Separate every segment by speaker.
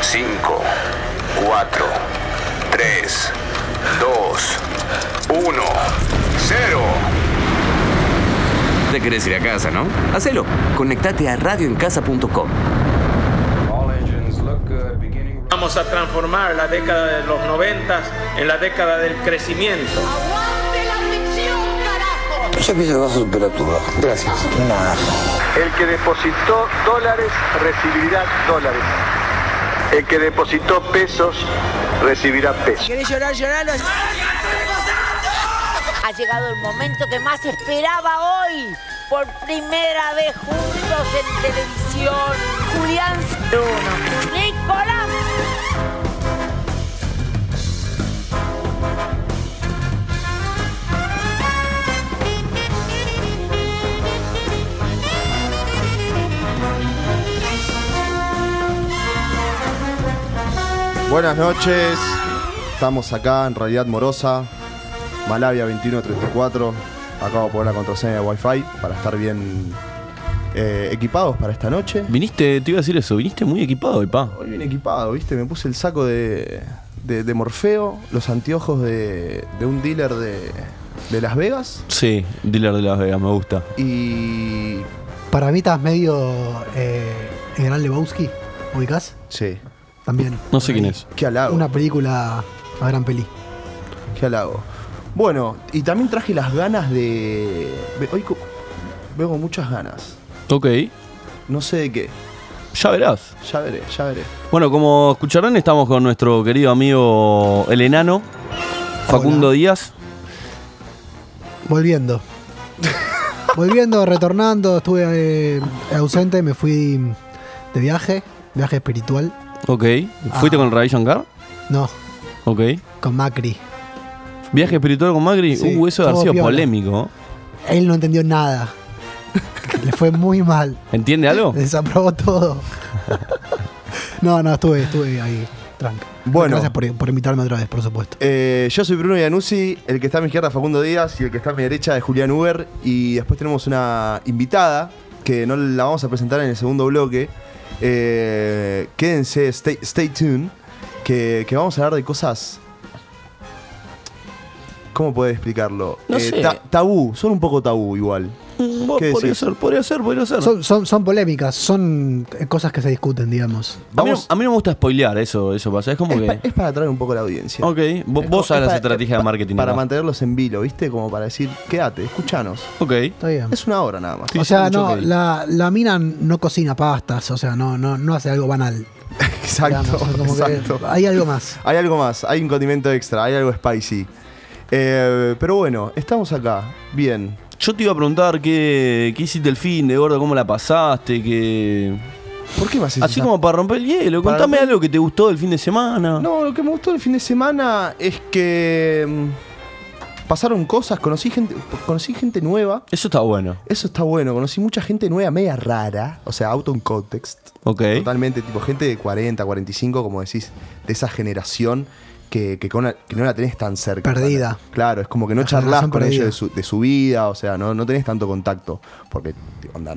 Speaker 1: 5, 4, 3, 2, 1, 0.
Speaker 2: Te querés ir a casa, ¿no? Hacelo. Conectate a radioencasa.com.
Speaker 3: Vamos a transformar la década de los noventas en la década del crecimiento.
Speaker 4: ¡Aguante la ficción, carajo!
Speaker 5: Yo que va a superar todo. Gracias. Nada.
Speaker 6: El que depositó dólares recibirá dólares. El que depositó pesos recibirá pesos.
Speaker 7: ¿Querés llorar, lloralo?
Speaker 8: Ha llegado el momento que más esperaba hoy. Por primera vez juntos en televisión. Julián Bruno. Nicolás.
Speaker 9: Buenas noches, estamos acá en Realidad Morosa, Malavia 2134. Acabo de poner la contraseña de Wi-Fi para estar bien eh, equipados para esta noche.
Speaker 10: Viniste, te iba a decir eso, viniste muy equipado hoy, pa.
Speaker 9: Hoy bien equipado, ¿viste? Me puse el saco de, de- de Morfeo, los anteojos de, de un dealer de, de Las Vegas
Speaker 10: Sí, dealer de Las Vegas, me gusta.
Speaker 9: y.
Speaker 11: Para mí estás medio eh, General Lebowski, ¿ubicás?
Speaker 9: Sí,
Speaker 11: También.
Speaker 10: No sé quién es.
Speaker 9: qué halago.
Speaker 11: Una película a gran peli.
Speaker 9: Qué halago. Bueno, y también traje las ganas de. ve- Hoy co- vengo con muchas ganas.
Speaker 10: Ok,
Speaker 9: No sé de qué.
Speaker 10: ya verás.
Speaker 9: Ya veré, ya veré.
Speaker 10: Bueno, como escucharán, estamos con nuestro querido amigo el enano, Facundo Díaz.
Speaker 11: Volviendo. Volviendo, retornando, estuve eh, ausente, me fui de viaje, viaje espiritual.
Speaker 10: Ok, ¿fuiste con Ray Shankar?
Speaker 11: No,
Speaker 10: Ok.
Speaker 11: con Macri.
Speaker 10: Viaje espiritual con Macri.
Speaker 11: Sí,
Speaker 10: uh, eso ha
Speaker 11: estuvo
Speaker 10: sido
Speaker 11: piola.
Speaker 10: polémico.
Speaker 11: Él no entendió nada. Le fue muy mal.
Speaker 10: ¿Entiende algo?
Speaker 11: Eh, Desaprobó todo. no, no, estuve, estuve ahí, tranca.
Speaker 9: Bueno.
Speaker 11: Gracias por, por invitarme otra vez, por supuesto.
Speaker 9: Eh, yo soy Bruno Iannuzzi, el que está a mi izquierda es Facundo Díaz y el que está a mi derecha es Julián Uber. Y después tenemos una invitada que no la vamos a presentar en el segundo bloque. Eh, quédense, stay, stay tuned, que, que vamos a hablar de cosas. ¿Cómo puede explicarlo? Eh,
Speaker 10: No sé.
Speaker 9: tabú, son un poco tabú igual.
Speaker 10: Mm, vos
Speaker 9: ¿Qué
Speaker 10: Podría
Speaker 9: decís?
Speaker 10: ser, podría ser, podría ser.
Speaker 11: Son, son, son polémicas, son eh, cosas que se discuten,
Speaker 10: A
Speaker 11: digamos.
Speaker 10: mí, no-
Speaker 9: Vamos-
Speaker 10: a mí no me gusta spoilear eso, eso pasa. Es como
Speaker 9: Es,
Speaker 10: que.
Speaker 9: pa- es para atraer un poco a la audiencia.
Speaker 10: Ok, vos,
Speaker 9: Es
Speaker 10: vos
Speaker 9: co-
Speaker 10: sabés
Speaker 9: es
Speaker 10: las
Speaker 9: pa-
Speaker 10: estrategias de
Speaker 9: pa-
Speaker 10: marketing.
Speaker 9: Para
Speaker 10: acá.
Speaker 9: mantenerlos en vilo, ¿viste? Como para decir, quédate, escuchanos.
Speaker 10: Ok.
Speaker 11: Está bien.
Speaker 9: Es una hora nada más.
Speaker 10: Sí,
Speaker 11: o sea,
Speaker 10: sí,
Speaker 11: no,
Speaker 10: ok.
Speaker 11: la, la mina no cocina pastas, o sea, no, no, no hace algo banal.
Speaker 9: Exacto,
Speaker 11: digamos, como que
Speaker 9: exacto.
Speaker 11: hay algo más.
Speaker 9: Hay algo más, hay un condimento extra, hay algo spicy. Eh, pero bueno, estamos acá, bien.
Speaker 10: Yo te iba a preguntar qué, qué hiciste el fin de gordo, cómo la pasaste, que.
Speaker 9: ¿Por qué me haces
Speaker 10: Así
Speaker 9: esa-
Speaker 10: como para romper el hielo,
Speaker 9: Para
Speaker 10: contame
Speaker 9: romper-
Speaker 10: algo que te gustó del fin de semana.
Speaker 9: No, lo que me gustó el fin de semana es que mm, pasaron cosas, conocí gente, conocí gente nueva.
Speaker 10: Eso está bueno.
Speaker 9: Eso está bueno, conocí mucha gente nueva, media rara, o sea, out of context.
Speaker 10: Ok.
Speaker 9: Totalmente, tipo gente de 40, 45, como decís, de esa generación que, que con la- que no la tenés tan cerca.
Speaker 11: Perdida.
Speaker 9: Claro, es como que no
Speaker 11: La
Speaker 9: charlas
Speaker 11: generación
Speaker 9: con ellos
Speaker 11: perdida.
Speaker 9: de su, de su vida, o sea, no, no tenés tanto contacto, porque onda,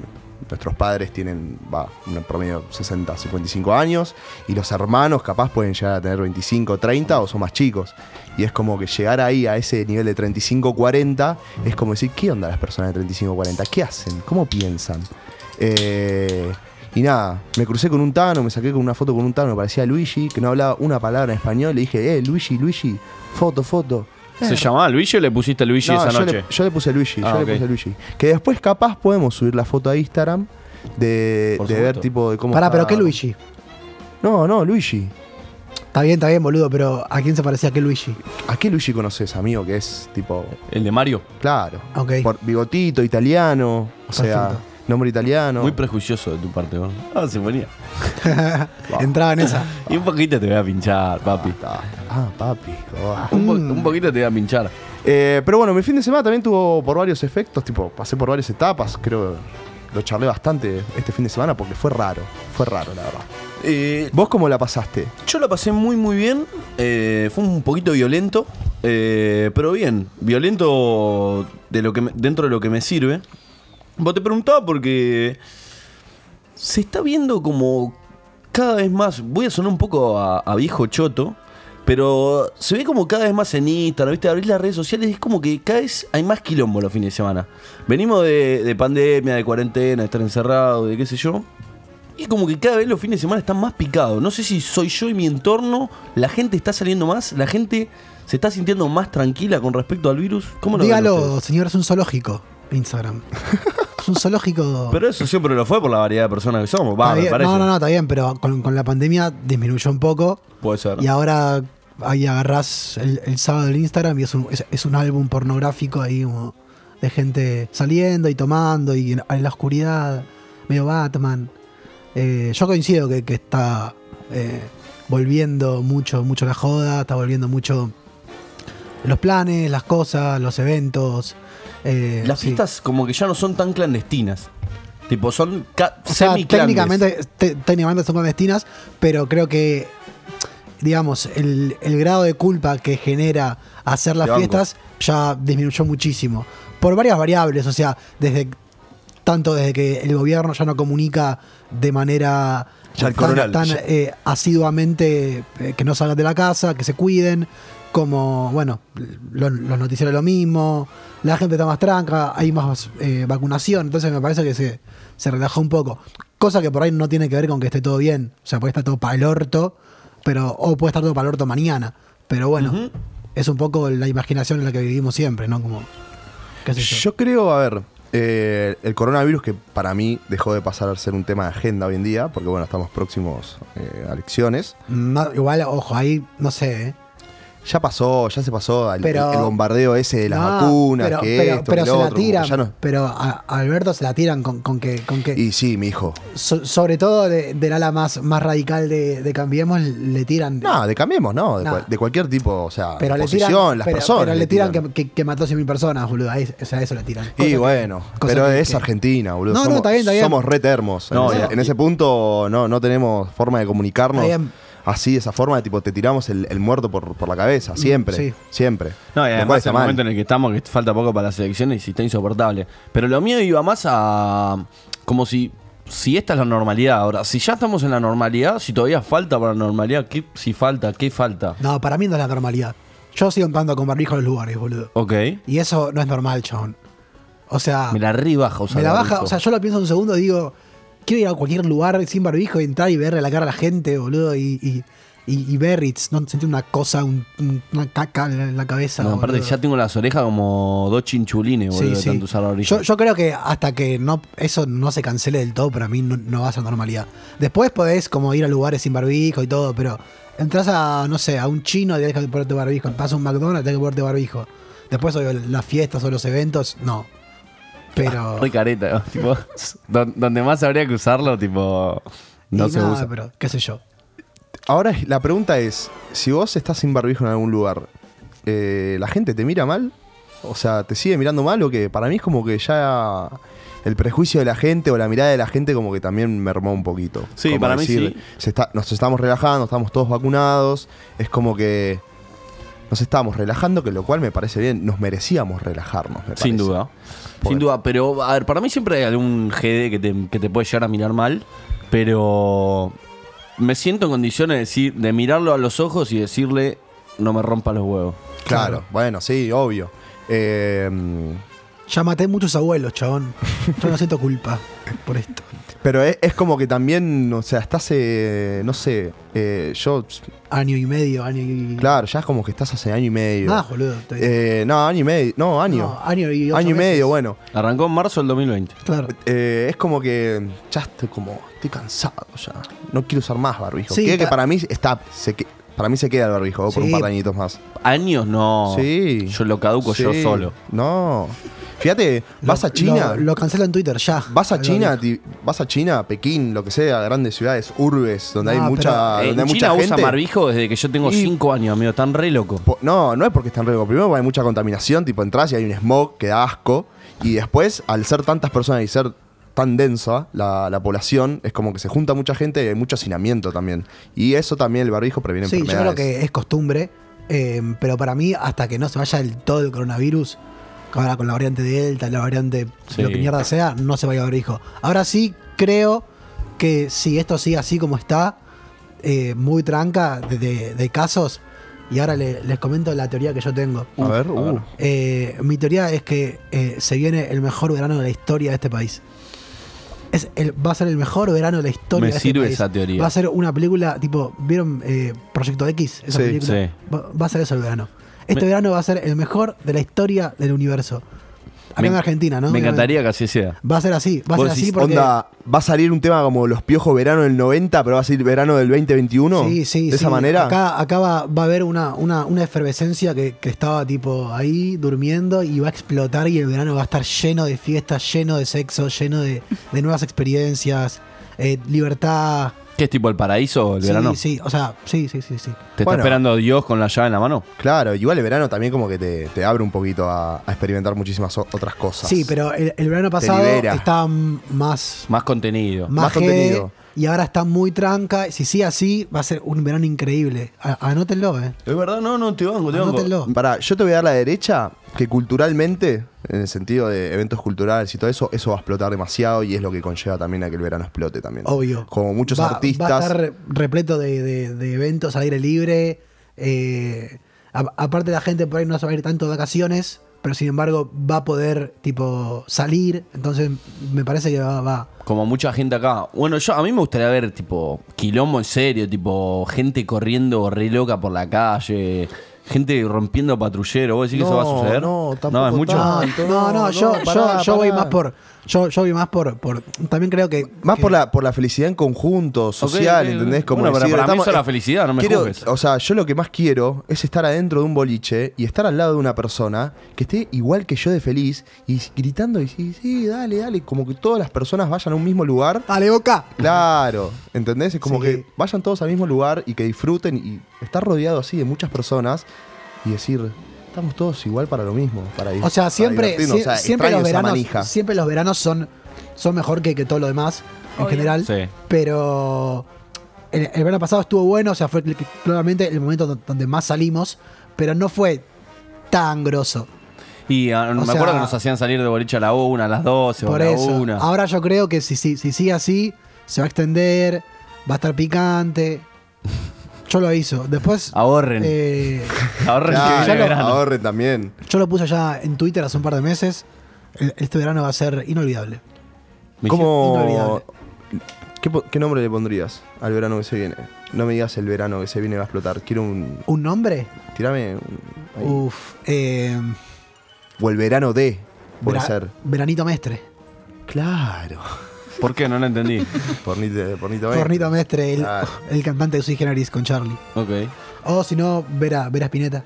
Speaker 9: nuestros padres tienen, va, un promedio 60, 55 años, y los hermanos capaz pueden llegar a tener 25, 30 o son más chicos. Y es como que llegar ahí a ese nivel de 35, 40, es como decir, ¿qué onda las personas de 35, 40? ¿Qué hacen? ¿Cómo piensan? Eh, y nada, me crucé con un Tano, me saqué con una foto con un Tano, me parecía Luigi, que no hablaba una palabra en español, le dije, eh, Luigi, Luigi, foto, foto.
Speaker 10: ¿Se llamaba Luigi o le pusiste Luigi
Speaker 9: No,
Speaker 10: esa
Speaker 9: yo,
Speaker 10: noche?
Speaker 9: le, yo le puse Luigi,
Speaker 10: Ah,
Speaker 9: yo
Speaker 10: ok.
Speaker 9: le puse Luigi. Que después capaz podemos subir la foto a Instagram de,
Speaker 10: Por
Speaker 9: de ver
Speaker 10: supuesto.
Speaker 9: tipo de cómo.
Speaker 11: Pará,
Speaker 9: está-
Speaker 11: pero ¿qué Luigi?
Speaker 9: No, no, Luigi.
Speaker 11: Está bien, está bien, boludo, pero ¿a quién se parecía qué Luigi?
Speaker 9: ¿A qué Luigi conoces, amigo? Que es tipo.
Speaker 10: El de Mario.
Speaker 9: Claro.
Speaker 11: Ok.
Speaker 9: Por bigotito, italiano. O sea,
Speaker 11: Perfecto.
Speaker 9: nombre italiano.
Speaker 10: Muy prejuicioso de tu parte, ¿no? Ah, se ponía.
Speaker 11: Entraba en esa.
Speaker 10: Y un poquito te voy a pinchar, papi.
Speaker 9: Ah, ah, papi. ah.
Speaker 10: Un, po- un poquito te voy a pinchar.
Speaker 9: Eh, pero bueno, mi fin de semana también tuvo por varios efectos, tipo, pasé por varias etapas, creo lo charlé bastante este fin de semana porque fue raro, fue raro la verdad.
Speaker 10: Eh,
Speaker 9: ¿Vos cómo la pasaste?
Speaker 10: Yo la pasé muy muy bien, eh, fue un poquito violento, eh, pero bien, violento de lo que me- dentro de lo que me sirve. Vos te preguntaba porque se está viendo como cada vez más, voy a sonar un poco a, a viejo choto, pero se ve como cada vez más en Instagram, ¿viste? Abrís las redes sociales y es como que cada vez hay más quilombo los fines de semana. Venimos de, de pandemia, de cuarentena, de estar encerrado, de qué sé yo. Y como que cada vez los fines de semana están más picados. No sé si soy yo y mi entorno, la gente está saliendo más, la gente se está sintiendo más tranquila con respecto al virus. ¿Cómo lo ven
Speaker 11: Dígalo,
Speaker 10: ustedes?
Speaker 11: señor, es un zoológico. Instagram. es un zoológico.
Speaker 10: Pero eso siempre lo fue por la variedad de personas que somos. Va,
Speaker 11: Está
Speaker 10: me
Speaker 11: bien.
Speaker 10: parece.
Speaker 11: No, no, no, está bien, pero con, con la pandemia disminuyó un poco.
Speaker 10: Puede ser.
Speaker 11: Y ahora ahí agarrás el, el sábado el Instagram y es un, es, es un álbum pornográfico ahí como de gente saliendo y tomando y en, en la oscuridad, medio Batman. Eh, yo coincido que, que está eh, volviendo mucho, mucho la joda, está volviendo mucho los planes, las cosas, los eventos. eh,
Speaker 10: Las
Speaker 11: sí.
Speaker 10: fiestas como que ya no son tan clandestinas. Tipo, son ca-
Speaker 11: O sea,
Speaker 10: semi-clandes.
Speaker 11: técnicamente, te- técnicamente son clandestinas, pero creo que, digamos, el, el grado de culpa que genera hacer las
Speaker 10: Te banco.
Speaker 11: fiestas ya disminuyó muchísimo. Por varias variables, o sea, desde tanto desde que el gobierno ya no comunica de manera
Speaker 10: Ya el
Speaker 11: tan-
Speaker 10: coronel,
Speaker 11: tan,
Speaker 10: ya-
Speaker 11: eh, asiduamente eh, que no salgan de la casa, que se cuiden, como, bueno, lo- los noticieros lo mismo, la gente está más tranca, hay más eh, vacunación, entonces me parece que se, se relajó un poco. Cosa que por ahí no tiene que ver con que esté todo bien, o sea, puede estar todo para el orto, pero, o puede estar todo para el orto mañana, pero bueno, es un poco la imaginación en la que vivimos siempre, ¿no? Como, qué sé yo.
Speaker 9: Yo creo, a ver, eh, el coronavirus que para mí dejó de pasar a ser un tema de agenda hoy en día, porque bueno, estamos próximos eh, a elecciones.
Speaker 11: No, igual, ojo, ahí no sé, ¿eh?
Speaker 9: Ya pasó, ya se pasó el,
Speaker 11: Pero-
Speaker 9: el bombardeo ese de las
Speaker 11: No,
Speaker 9: vacunas,
Speaker 11: pero,
Speaker 9: que
Speaker 11: pero-
Speaker 9: esto, que
Speaker 11: pero se
Speaker 9: lo
Speaker 11: la
Speaker 9: otro, como que
Speaker 11: tiran,
Speaker 9: ya no-
Speaker 11: pero a, a Alberto se la tiran con, con que, con que
Speaker 9: Y sí, mi hijo.
Speaker 11: so- sobre todo de- del ala más, más radical de, de Cambiemos le tiran
Speaker 9: No, de cambiemos, no, de,
Speaker 11: No.
Speaker 9: cual- de cualquier tipo, o sea,
Speaker 11: pero le
Speaker 9: posición,
Speaker 11: tiran
Speaker 9: las
Speaker 11: pero,
Speaker 9: personas.
Speaker 11: pero le tiran, Que, que- que mató 100.000 personas, boludo, ahí, o sea, eso le tiran. Cosa
Speaker 9: Y
Speaker 11: que-
Speaker 9: bueno,
Speaker 11: cosa
Speaker 9: pero
Speaker 11: que-
Speaker 9: es
Speaker 11: que-
Speaker 9: Argentina, boludo.
Speaker 11: No, no,
Speaker 9: somos,
Speaker 11: está bien, está bien.
Speaker 9: Somos re termos.
Speaker 10: No,
Speaker 9: en,
Speaker 10: ya.
Speaker 9: ese, en ese punto no, no tenemos forma de comunicarnos
Speaker 11: Está bien.
Speaker 9: así, de esa forma, de tipo, te tiramos el, el muerto por, por la cabeza, siempre.
Speaker 11: Mm, sí.
Speaker 9: Siempre.
Speaker 10: No, y
Speaker 9: Lo cual
Speaker 10: además
Speaker 9: está
Speaker 10: el
Speaker 9: mal.
Speaker 10: momento en el que estamos, que falta poco para las elecciones y está insoportable. Pero lo mío iba más a. como si. Si esta es la normalidad ahora, si ya estamos en la normalidad, si todavía falta para la normalidad, ¿qué, si falta, ¿qué falta?
Speaker 11: No, para mí no es la normalidad. Yo sigo entrando con barbijo a los lugares, boludo.
Speaker 10: Ok.
Speaker 11: Y eso no es normal, chabón. O sea,
Speaker 10: Me la re baja, o sea,
Speaker 11: Ah. me la
Speaker 10: lo
Speaker 11: baja,
Speaker 10: dijo.
Speaker 11: o sea, yo lo pienso un segundo y digo, quiero ir a cualquier lugar sin barbijo y entrar y verle la cara a la gente, boludo, y, y, y, y ver, y no sentir una cosa, un- un- una caca en la cabeza.
Speaker 10: No, aparte
Speaker 11: boludo.
Speaker 10: ya tengo las orejas como dos chinchulines, boludo,
Speaker 11: Sí,
Speaker 10: de
Speaker 11: sí.
Speaker 10: tanto usar la orilla.
Speaker 11: Yo, yo creo que hasta que no eso no se cancele del todo, para mí no, no va a ser normalidad. Después podés como ir a lugares sin barbijo y todo, pero entras a, no sé, a un chino y tenés que ponerte barbijo. Vas a un McDonald's y tenés que ponerte barbijo. Después obvio, las fiestas o los eventos, no. Pero...
Speaker 10: Re careta, ¿no? tipo, don- donde más habría que usarlo, tipo,
Speaker 11: y
Speaker 10: no se
Speaker 11: nada,
Speaker 10: usa.
Speaker 11: pero qué sé yo.
Speaker 9: Ahora es- la pregunta es: si vos estás sin barbijo en algún lugar, eh, ¿la gente te mira mal? O sea, ¿te sigue mirando mal o qué? Para mí es como que ya el prejuicio de la gente o la mirada de la gente como que también mermó un poquito.
Speaker 10: Sí,
Speaker 9: Como
Speaker 10: para mí sí.
Speaker 9: se está- nos estamos relajando, estamos todos vacunados, es como que nos estábamos relajando, que lo cual me parece bien, nos merecíamos relajarnos. me
Speaker 10: Sin
Speaker 9: parece.
Speaker 10: duda.
Speaker 9: Porque-
Speaker 10: Sin duda, pero a ver, para mí siempre hay algún GD que te, que te puede llegar a mirar mal, pero me siento en condiciones de, decir, de mirarlo a los ojos y decirle, no me rompa los huevos.
Speaker 9: Claro,
Speaker 11: Claro.
Speaker 9: bueno, sí, obvio. Eh,
Speaker 11: Ya maté muchos abuelos, chabón. Yo no siento culpa por esto.
Speaker 9: Pero es, es como que también, o sea, estás, eh, no sé, eh, yo,
Speaker 11: Año y medio, año y...
Speaker 9: claro, ya es como que estás hace año y medio.
Speaker 11: Más, Ah, boludo. te-
Speaker 9: Eh, no, año y medio, no, año.
Speaker 11: No, año y ocho
Speaker 9: Año y
Speaker 11: meses.
Speaker 9: medio, bueno.
Speaker 10: Arrancó en marzo del 2020.
Speaker 11: Claro.
Speaker 9: Eh, es como que ya estoy como, estoy cansado ya. No quiero usar más barbijo.
Speaker 11: Sí,
Speaker 9: que, que
Speaker 11: ta-
Speaker 9: para mí está, se que- para mí se queda el barbijo por un
Speaker 11: Sí.
Speaker 9: par de añitos más.
Speaker 10: Años no.
Speaker 9: Sí.
Speaker 10: Yo lo caduco yo
Speaker 9: Sí.
Speaker 10: solo.
Speaker 9: No. Fíjate, vas
Speaker 11: Lo-
Speaker 9: a China.
Speaker 11: Lo, lo cancelo en Twitter, ya.
Speaker 9: Vas a
Speaker 11: Lo
Speaker 9: China,
Speaker 11: dijo.
Speaker 9: ti- vas a China, Pekín, lo que sea, grandes ciudades, urbes, donde
Speaker 11: No,
Speaker 9: hay mucha,
Speaker 10: Eh,
Speaker 9: donde
Speaker 10: en
Speaker 9: hay
Speaker 10: China
Speaker 9: mucha
Speaker 10: usa
Speaker 9: gente.
Speaker 10: barbijo desde que yo tengo
Speaker 9: Y-
Speaker 10: 5 años, amigo, tan re loco.
Speaker 9: Po- No, no es porque está en riesgo. Primero hay mucha contaminación, tipo entras y hay un smog que da asco. Y después, al ser tantas personas y ser tan densa la, la población, es como que se junta mucha gente y hay mucho hacinamiento también. Y eso también el barbijo previene
Speaker 11: Sí, yo
Speaker 9: enfermedades.
Speaker 11: creo que es costumbre, eh, pero para mí, hasta que no se vaya del todo el coronavirus, que ahora con la variante Delta, la variante
Speaker 10: Sí.
Speaker 11: lo que mierda sea, no se vaya a ver hijo. Ahora sí creo que si esto sigue así como está, eh, muy tranca de, de- de casos. Y ahora le- les comento la teoría que yo tengo.
Speaker 9: A ver, uh.
Speaker 11: Eh, mi teoría es que eh, se viene el mejor verano de la historia de este país. Es el- va a ser el mejor verano de la historia
Speaker 10: Me
Speaker 11: de este
Speaker 10: sirve
Speaker 11: país.
Speaker 10: esa teoría.
Speaker 11: Va a ser una película tipo, ¿vieron eh, Proyecto X? Esa
Speaker 9: Sí,
Speaker 11: película.
Speaker 10: sí.
Speaker 11: Va, va a ser eso el verano. Este
Speaker 10: Me-
Speaker 11: verano va a ser el mejor de la historia del universo. Acá
Speaker 10: Me-
Speaker 11: en Argentina, ¿no?
Speaker 10: Me encantaría que así sea.
Speaker 11: Va a ser así, va a
Speaker 10: Vos
Speaker 11: ser así
Speaker 10: decís,
Speaker 11: porque.
Speaker 9: Onda, va a salir un tema como los piojos verano del 90, pero va a salir verano del 2021.
Speaker 11: Sí, sí,
Speaker 9: De
Speaker 11: sí.
Speaker 9: esa manera.
Speaker 11: Acá, acá va, va a haber una, una, una efervescencia que, que estaba tipo ahí durmiendo y va a explotar y el verano va a estar lleno de fiestas, lleno de sexo, lleno de, de nuevas experiencias, eh, libertad.
Speaker 10: ¿Qué es tipo el paraíso el
Speaker 11: sí,
Speaker 10: verano?
Speaker 11: sí, o sea, sí, sí, sí, sí.
Speaker 10: ¿Te
Speaker 9: Bueno.
Speaker 10: está esperando Dios con la llave en la mano?
Speaker 9: Claro, igual el verano también como que te, te abre un poquito a, a experimentar muchísimas o- otras cosas.
Speaker 11: Sí, pero el, el verano pasado
Speaker 9: libera.
Speaker 11: estaba mm, más,
Speaker 10: Más contenido.
Speaker 11: más,
Speaker 9: más
Speaker 11: heavy
Speaker 9: contenido.
Speaker 11: y ahora está muy tranca. Si sigue así, va a ser un verano increíble. A- anótenlo, eh.
Speaker 10: Es verdad, no, no, te banco, te banco.
Speaker 11: Anótenlo.
Speaker 9: Pará, yo te voy a dar la derecha que culturalmente, en el sentido de eventos culturales y todo eso, eso va a explotar demasiado y es lo que conlleva también a que el verano explote también.
Speaker 11: Obvio.
Speaker 9: Como muchos
Speaker 11: Va-
Speaker 9: artistas.
Speaker 11: Va a estar repleto de, de- de eventos al aire libre. eh, a- aparte la gente por ahí no se va a ir tanto de vacaciones, pero sin embargo va a poder tipo salir. Entonces me parece que va... va.
Speaker 10: Como mucha gente acá. Bueno, yo a mí me gustaría ver, tipo, quilombo en serio, tipo, gente corriendo re loca por la calle, gente rompiendo patrullero. ¿Vos decís que eso va a
Speaker 9: No,
Speaker 10: suceder?
Speaker 9: no,
Speaker 10: No, es
Speaker 9: tampoco
Speaker 10: mucho.
Speaker 11: No,
Speaker 9: Tanto,
Speaker 11: no, no,
Speaker 9: no,
Speaker 11: yo,
Speaker 9: pará,
Speaker 11: yo, yo voy
Speaker 9: pará.
Speaker 11: más por... Yo, yo voy más por, por... También creo que...
Speaker 9: Más
Speaker 11: que-
Speaker 9: por la, por la felicidad en conjunto, social,
Speaker 10: ok, ok.
Speaker 9: ¿entendés? Como
Speaker 10: Bueno, pero
Speaker 9: decir,
Speaker 10: para mí eso es la
Speaker 9: eh,
Speaker 10: felicidad, no me
Speaker 9: quiero-
Speaker 10: juzgues.
Speaker 9: O sea, yo lo que más quiero es estar adentro de un boliche y estar al lado de una persona que esté igual que yo de feliz y gritando y sí, sí, dale, dale, como que todas las personas vayan a un mismo lugar.
Speaker 11: Dale, Boca.
Speaker 9: Claro, ¿entendés? Es como
Speaker 11: Sí.
Speaker 9: que vayan todos al mismo lugar y que disfruten y estar rodeado así de muchas personas y decir, estamos todos igual para lo mismo, para ir.
Speaker 11: O sea, siempre, sie- siempre, los
Speaker 9: manija.
Speaker 11: veranos, siempre los veranos son, son mejor que, que todo lo demás en general.
Speaker 10: Sí.
Speaker 11: Pero el, el verano pasado estuvo bueno, o sea, fue cl- claramente el momento do- donde más salimos, pero no fue tan grosso.
Speaker 10: Y ah, me
Speaker 11: sea-
Speaker 10: acuerdo que nos hacían salir de boliche a la una, a las 12 o a
Speaker 11: Por
Speaker 10: la
Speaker 11: eso.
Speaker 10: una.
Speaker 11: Ahora yo creo que si, si, si sigue así, se va a extender, va a estar picante. Yo lo hizo. Después.
Speaker 10: Ahorren.
Speaker 11: eh,
Speaker 10: Ahorren
Speaker 9: Claro,
Speaker 10: que viene verano.
Speaker 9: ahorren también.
Speaker 11: yo lo puse ya en Twitter hace un par de meses. El- Este verano va a ser inolvidable.
Speaker 10: Me
Speaker 9: ¿Cómo,
Speaker 11: inolvidable.
Speaker 9: ¿qué, po- qué nombre le pondrías al verano que se viene? No me digas el verano que se viene va a explotar. Quiero un.
Speaker 11: ¿Un nombre?
Speaker 9: Tirame. un- ahí.
Speaker 11: Uf. eh,
Speaker 9: o el verano de. Puede
Speaker 11: vera-
Speaker 9: ser.
Speaker 11: Veranito Mestre.
Speaker 9: Claro.
Speaker 10: hicieron- ¿Por qué? No lo entendí.
Speaker 9: Pornito, pornito, eh, Mestre.
Speaker 11: Fornito Mestre, el,
Speaker 9: Claro.
Speaker 11: el cantante de Sui Generis con Charlie.
Speaker 10: ok.
Speaker 11: O Oh, si no, Vera, Vera Spinetta.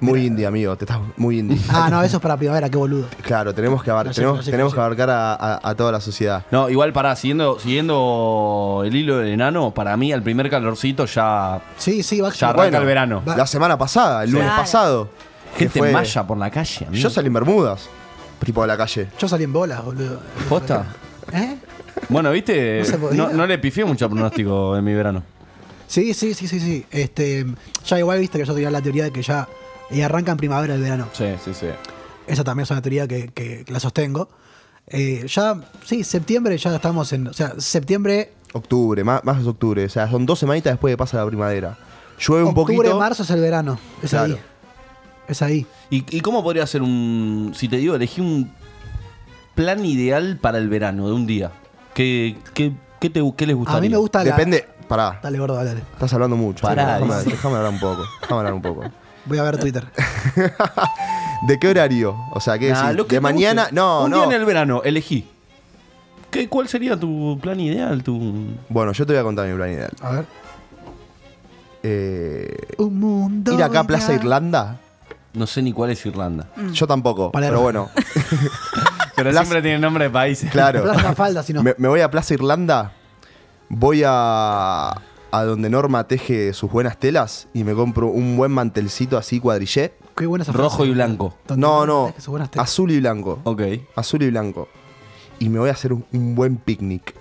Speaker 9: Muy indie, amigo. Te estás muy indie.
Speaker 11: Ah, no, eso es para primavera, qué boludo.
Speaker 9: Claro, tenemos que, abar-
Speaker 11: Flashé,
Speaker 9: tenemos,
Speaker 11: flashé,
Speaker 9: tenemos que
Speaker 11: flashé.
Speaker 9: abarcar a, a- a toda la sociedad.
Speaker 10: No, igual pará, siguiendo, siguiendo el hilo del enano, para mí al primer calorcito ya.
Speaker 11: Sí, sí, va a
Speaker 10: Ya arranca el verano.
Speaker 11: Va-
Speaker 9: La semana pasada, el lunes
Speaker 8: Claro.
Speaker 9: pasado. que
Speaker 10: Gente
Speaker 9: fue-
Speaker 10: malla por la calle. amigo.
Speaker 9: Yo salí en Bermudas. Tipo a la calle.
Speaker 11: Yo salí en bolas, boludo.
Speaker 10: ¿Posta?
Speaker 11: ¿Eh?
Speaker 10: Bueno, viste,
Speaker 11: No se podía.
Speaker 10: no, no le pifié mucho pronóstico en mi verano.
Speaker 11: Sí, sí, sí, sí, sí. Este, ya igual viste que yo tenía la teoría de que ya eh, arranca en primavera el verano.
Speaker 10: Sí, sí, sí.
Speaker 11: Esa también es una teoría que, que- que la sostengo. Eh, ya, sí, septiembre ya estamos en. O sea, septiembre,
Speaker 9: Octubre, más, más octubre. O sea, son dos semanitas después de pasar la primavera. Llueve un
Speaker 11: octubre,
Speaker 9: poquito.
Speaker 11: marzo es el verano. Es
Speaker 9: Claro.
Speaker 11: ahí. Es ahí.
Speaker 10: ¿Y, y cómo podría ser un. Si te digo, elegí un plan ideal para el verano de un día? ¿Qué, qué, qué te, qué les gustaría?
Speaker 11: A mí me gusta la-
Speaker 9: Depende. Pará.
Speaker 11: Dale, gordo, dale, dale.
Speaker 9: Estás hablando mucho.
Speaker 10: Pará,
Speaker 9: déjame,
Speaker 10: dice.
Speaker 9: déjame hablar un poco. Déjame hablar un poco.
Speaker 11: Voy a ver Twitter.
Speaker 9: ¿De qué horario? O sea, ¿qué
Speaker 10: Nah,
Speaker 9: decís?
Speaker 10: lo que
Speaker 9: ¿De
Speaker 10: te
Speaker 9: mañana?
Speaker 10: guste.
Speaker 9: No,
Speaker 10: un
Speaker 9: no.
Speaker 10: día en el verano, elegí. ¿Qué, ¿Cuál sería tu plan ideal? Tu...
Speaker 9: Bueno, yo te voy a contar mi plan ideal.
Speaker 11: A ver.
Speaker 9: Eh,
Speaker 11: Un mundo.
Speaker 9: ir acá a Plaza
Speaker 11: ideal.
Speaker 9: Irlanda.
Speaker 10: No sé ni cuál es Irlanda.
Speaker 9: Yo tampoco.
Speaker 11: Palermo.
Speaker 9: Pero bueno,
Speaker 10: Pero
Speaker 9: Plaza-
Speaker 10: siempre tiene nombre de países.
Speaker 9: claro.
Speaker 11: Plaza Falda, si no.
Speaker 9: Me, me voy a Plaza Irlanda. Voy a. a donde Norma teje sus buenas telas y me compro un buen mantelcito así cuadrillé.
Speaker 11: Qué buena esa
Speaker 10: Rojo
Speaker 11: frase.
Speaker 10: y blanco.
Speaker 11: Donde
Speaker 9: No,
Speaker 11: vos
Speaker 9: no.
Speaker 11: tenés que subir hasta-
Speaker 9: Azul y blanco.
Speaker 10: Ok.
Speaker 9: Azul y blanco. Y me voy a hacer un- un buen picnic.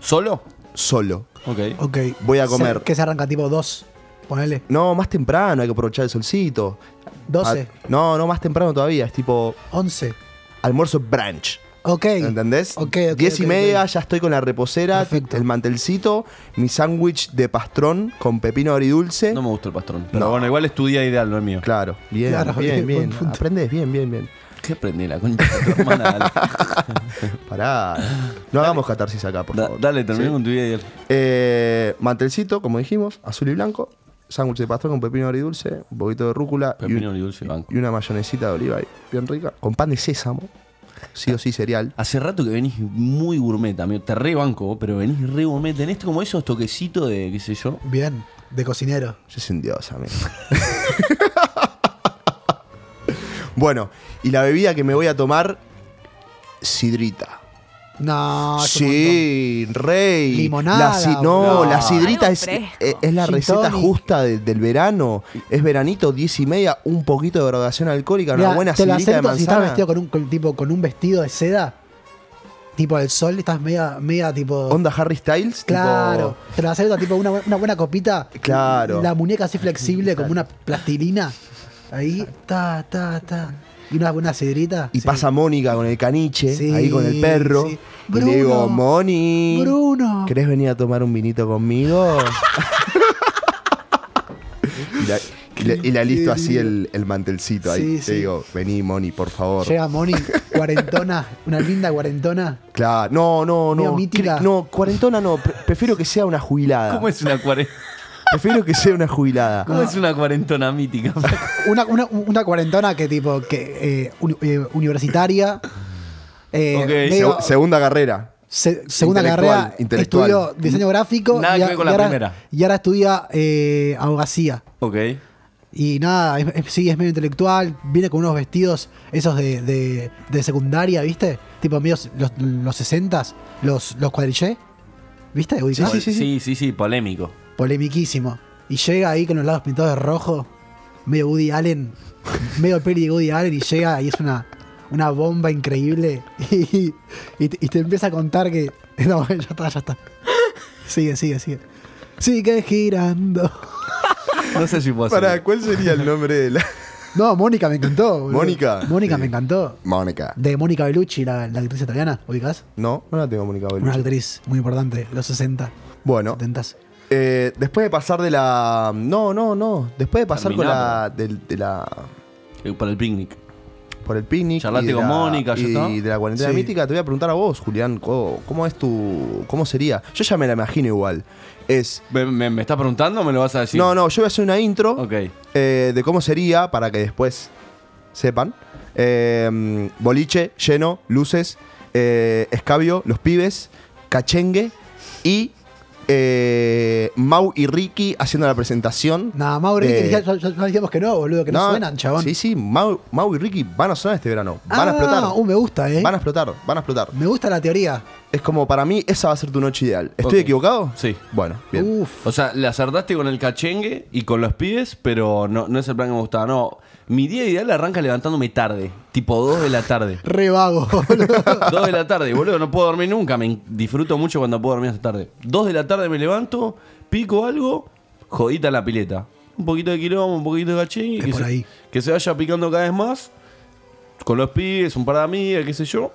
Speaker 10: ¿Solo?
Speaker 9: Solo.
Speaker 10: Ok.
Speaker 11: Ok.
Speaker 9: Voy a
Speaker 11: Se-
Speaker 9: comer.
Speaker 11: que se arranca tipo 2. Ponele.
Speaker 9: No, más temprano, hay que aprovechar el solcito.
Speaker 11: 12,
Speaker 9: Ah, no, no, más temprano todavía, es tipo
Speaker 11: 11.
Speaker 9: almuerzo brunch.
Speaker 11: Ok.
Speaker 9: ¿Entendés?
Speaker 11: Ok, ok,
Speaker 9: Diez y
Speaker 11: ok,
Speaker 9: media,
Speaker 11: ok.
Speaker 9: ya estoy con la reposera,
Speaker 11: Perfecto.
Speaker 9: el mantelcito, mi sándwich de pastrón con pepino agridulce.
Speaker 10: No me gusta el pastrón. Pero
Speaker 9: No.
Speaker 10: bueno, igual es tu día ideal, no es mío.
Speaker 9: Claro, bien,
Speaker 11: Claro,
Speaker 9: bien,
Speaker 11: bien, buen
Speaker 9: bien.
Speaker 11: punto.
Speaker 9: Aprendés, bien, bien, bien.
Speaker 10: ¿Qué aprendí la concha de tu hermana? Dale,
Speaker 9: Pará. No hagamos catarsis acá, por
Speaker 10: Da-
Speaker 9: favor.
Speaker 10: dale, terminé
Speaker 9: ¿Sí?
Speaker 10: con tu día ideal.
Speaker 9: Eh, mantelcito, como dijimos, azul y blanco. Sándwich de pastor con pepino agridulce, un poquito de rúcula y, un-
Speaker 10: Pepino agridulce, banco.
Speaker 9: y una mayonesita de oliva ahí, bien rica. Con pan de sésamo, sí o sí cereal.
Speaker 10: Hace rato que venís muy gourmet, amigo. Te re banco, vos, pero venís re gourmet. Tenés como esos toquecitos de, qué sé yo.
Speaker 11: Bien, de cocinero.
Speaker 9: Yo soy un dios, amigo. bueno, y la bebida que me voy a tomar, sidrita.
Speaker 11: No, Ah, es un
Speaker 9: Sí, rey.
Speaker 11: Limonada,
Speaker 9: La ci- no,
Speaker 11: boludo.
Speaker 9: la sidrita
Speaker 7: Algo
Speaker 9: es,
Speaker 7: fresco.
Speaker 9: es- es la
Speaker 11: Gin
Speaker 9: receta
Speaker 11: tonic.
Speaker 9: justa de- del verano. Es veranito, 10 y media, un poquito de graduación alcohólica,
Speaker 11: Mirá,
Speaker 9: una buena
Speaker 11: te lo
Speaker 9: sidrita de
Speaker 11: acepto si estás
Speaker 9: manzana.
Speaker 11: vestido con un, con- tipo, con un vestido de seda, tipo al sol, estás media, media tipo.
Speaker 9: Onda Harry Styles,
Speaker 11: claro.
Speaker 9: tipo-
Speaker 11: Te lo acepto, tipo una, bu- una buena copita.
Speaker 9: Claro.
Speaker 11: La muñeca así flexible, como una plastilina. Ahí, ta, ta, ta. Y una buena sidrita.
Speaker 9: y
Speaker 11: sí.
Speaker 9: pasa Mónica con el caniche,
Speaker 11: Sí,
Speaker 9: ahí con el perro.
Speaker 11: sí.
Speaker 9: y le digo,
Speaker 11: Bruno,
Speaker 9: Moni,
Speaker 11: Bruno.
Speaker 9: ¿querés venir a tomar un vinito conmigo? y, la, y la- y la listo así el, el mantelcito ahí.
Speaker 11: Sí,
Speaker 9: Te
Speaker 11: sí.
Speaker 9: digo, vení, Moni, por favor.
Speaker 11: Llega Moni, cuarentona, una linda cuarentona.
Speaker 9: Claro, no, no,
Speaker 11: Medio
Speaker 9: no.
Speaker 11: mítica.
Speaker 9: Cre- No, cuarentona no. Pre- prefiero que sea una jubilada.
Speaker 10: ¿Cómo es una, cuare-
Speaker 9: Prefiero que sea una jubilada.
Speaker 10: ¿Cómo es una cuarentona mítica?
Speaker 11: Una, una, una cuarentona que tipo, que eh, uni- eh, universitaria. eh,
Speaker 10: Ok,
Speaker 9: Se-
Speaker 11: medio-
Speaker 9: segunda carrera.
Speaker 11: Se- segunda
Speaker 9: Intelectual,
Speaker 11: carrera,
Speaker 9: intelectual.
Speaker 11: estudió diseño gráfico.
Speaker 10: Nada
Speaker 11: y,
Speaker 10: que
Speaker 11: a-
Speaker 10: ver con
Speaker 11: y
Speaker 10: la
Speaker 11: ahora,
Speaker 10: primera.
Speaker 11: y ahora estudia eh, abogacía.
Speaker 10: ok.
Speaker 11: Y nada, es- es- sí, es medio intelectual, viene con unos vestidos esos de, de- de secundaria, ¿viste? Tipo medio los, los 60s, los, los cuadrillé, ¿viste? Ubicás.
Speaker 10: Pol- sí, sí, sí, polémico.
Speaker 11: Polemiquísimo. Y llega ahí con los lados pintados de rojo, medio Woody Allen, medio peli de Woody Allen, y llega y es una, una bomba increíble. Y, y te- y te empieza a contar que. No, ya está, ya está. Sigue, sigue, sigue. Sigue girando.
Speaker 10: No sé si puedo hacer.
Speaker 9: Pará, ¿cuál sería el nombre de la.
Speaker 11: No, Mónica me encantó. boludo.
Speaker 9: Mónica.
Speaker 11: Mónica
Speaker 9: Sí.
Speaker 11: me encantó.
Speaker 9: Mónica.
Speaker 11: De Mónica Bellucci, la, la actriz italiana, ¿ubicás?
Speaker 9: No, no la tengo comunicado.
Speaker 11: Una actriz muy importante, los 60,
Speaker 9: Bueno,
Speaker 11: 70.
Speaker 9: eh, después de pasar de la. No, no, no. Después de pasar con la. del-
Speaker 10: Terminamos.
Speaker 9: de la.
Speaker 10: Eh, Para el picnic.
Speaker 9: Por el picnic.
Speaker 10: Charlaste
Speaker 9: y de
Speaker 10: con
Speaker 9: la-
Speaker 10: Mónica, ya
Speaker 9: y,
Speaker 10: está.
Speaker 9: de la cuarentena
Speaker 11: Sí.
Speaker 9: mítica. Te voy a preguntar a vos, Julián, ¿cómo, cómo es tu. ¿Cómo sería? Yo ya me la imagino igual. Es.
Speaker 10: ¿Me, me, me estás preguntando o me lo vas a decir?
Speaker 9: No, no, yo voy a hacer una intro.
Speaker 10: Ok.
Speaker 9: eh, de cómo sería para que después sepan. Eh, boliche, lleno, luces, eh, escabio, los pibes, cachengue y eh, Mau y Ricky haciendo la presentación.
Speaker 11: Nada, Mauro,
Speaker 9: de-
Speaker 11: ya, ya- ya dijimos que no, boludo, que no, suenan, chabón.
Speaker 9: Eh. Sí, sí, Mau, Mau y Ricky van a sonar este verano. Van a
Speaker 11: Ah,
Speaker 9: explotar.
Speaker 11: uh, me gusta, eh.
Speaker 9: Van a explotar, van a explotar.
Speaker 11: Me gusta la teoría.
Speaker 9: Es como para mí, esa va a ser tu noche ideal. ¿Estoy
Speaker 10: Ok.
Speaker 9: equivocado?
Speaker 10: Sí.
Speaker 9: Bueno, bien.
Speaker 11: Uf.
Speaker 10: O sea, le acertaste con el cachengue y con los pibes, pero no, no es el plan que me gustaba. No, mi día ideal arranca levantándome tarde, tipo 2 de la tarde.
Speaker 11: Re vago, boludo.
Speaker 10: 2 de la tarde, boludo, no puedo dormir nunca. Me en- disfruto mucho cuando puedo dormir hasta tarde. 2 de la tarde me levanto, pico algo, jodita la pileta. Un poquito de quilombo, un poquito de cachengue.
Speaker 11: Es
Speaker 10: que
Speaker 11: por
Speaker 10: se-
Speaker 11: ahí.
Speaker 10: que se vaya picando cada vez más. Con los pibes, un par de amigas, qué sé yo.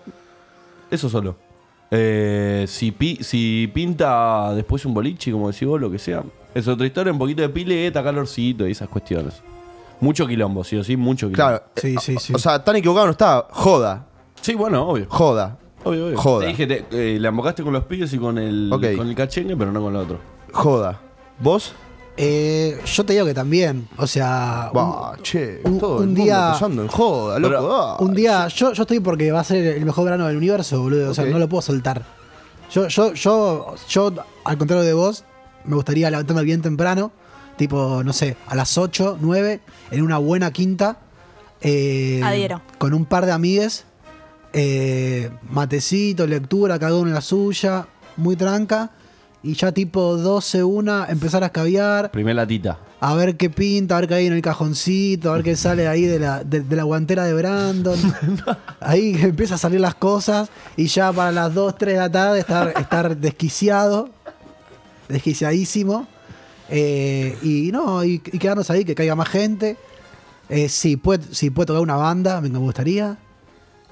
Speaker 10: Eso solo. Eh, si, pi- si pinta después un boliche, como decís vos, lo que sea. Es otra historia, un poquito de pileta, calorcito y esas cuestiones. Mucho quilombo, sí o sí, mucho quilombo.
Speaker 9: Claro.
Speaker 11: Sí,
Speaker 9: eh,
Speaker 11: sí,
Speaker 9: o-
Speaker 11: sí.
Speaker 9: O sea, tan equivocado no está. Joda,
Speaker 10: Sí, bueno, obvio.
Speaker 9: joda,
Speaker 10: Obvio, obvio.
Speaker 9: Joda.
Speaker 10: Te dije, te- eh, la embocaste con los pibes y con el,
Speaker 9: Ok.
Speaker 10: con el cachengue, pero no con el otro.
Speaker 9: joda. ¿Vos?
Speaker 11: Eh, yo te digo que también. O sea.
Speaker 9: Bah,
Speaker 11: Ah, un,
Speaker 9: che,
Speaker 11: un-
Speaker 9: todo el
Speaker 11: un
Speaker 9: mundo
Speaker 11: día-
Speaker 9: pensando en joda, loco.
Speaker 10: Pero,
Speaker 9: ah.
Speaker 11: un día. Yo, yo estoy porque va a ser el mejor verano del universo, boludo. O sea,
Speaker 9: Ok.
Speaker 11: no lo puedo soltar. Yo, yo, yo, yo, al contrario de vos, me gustaría levantarme bien temprano. Tipo, no sé, a las 8, 9, en una buena quinta. eh,
Speaker 7: Adhiero.
Speaker 11: Con un par de amigues. eh, matecito, lectura, cada uno en la suya. Muy tranca. Y ya tipo 12, 1, empezar a escabiar.
Speaker 10: Primer latita.
Speaker 11: A ver qué pinta, a ver qué hay en el cajoncito, a ver qué sale ahí de la, de, de la guantera de Brandon. Ahí empiezan a salir las cosas y ya para las 2, 3 de la tarde estar, estar desquiciado, desquiciadísimo. Eh, y no, y, y quedarnos ahí, que caiga más gente. Eh, si, puede, si puede tocar una banda, me gustaría.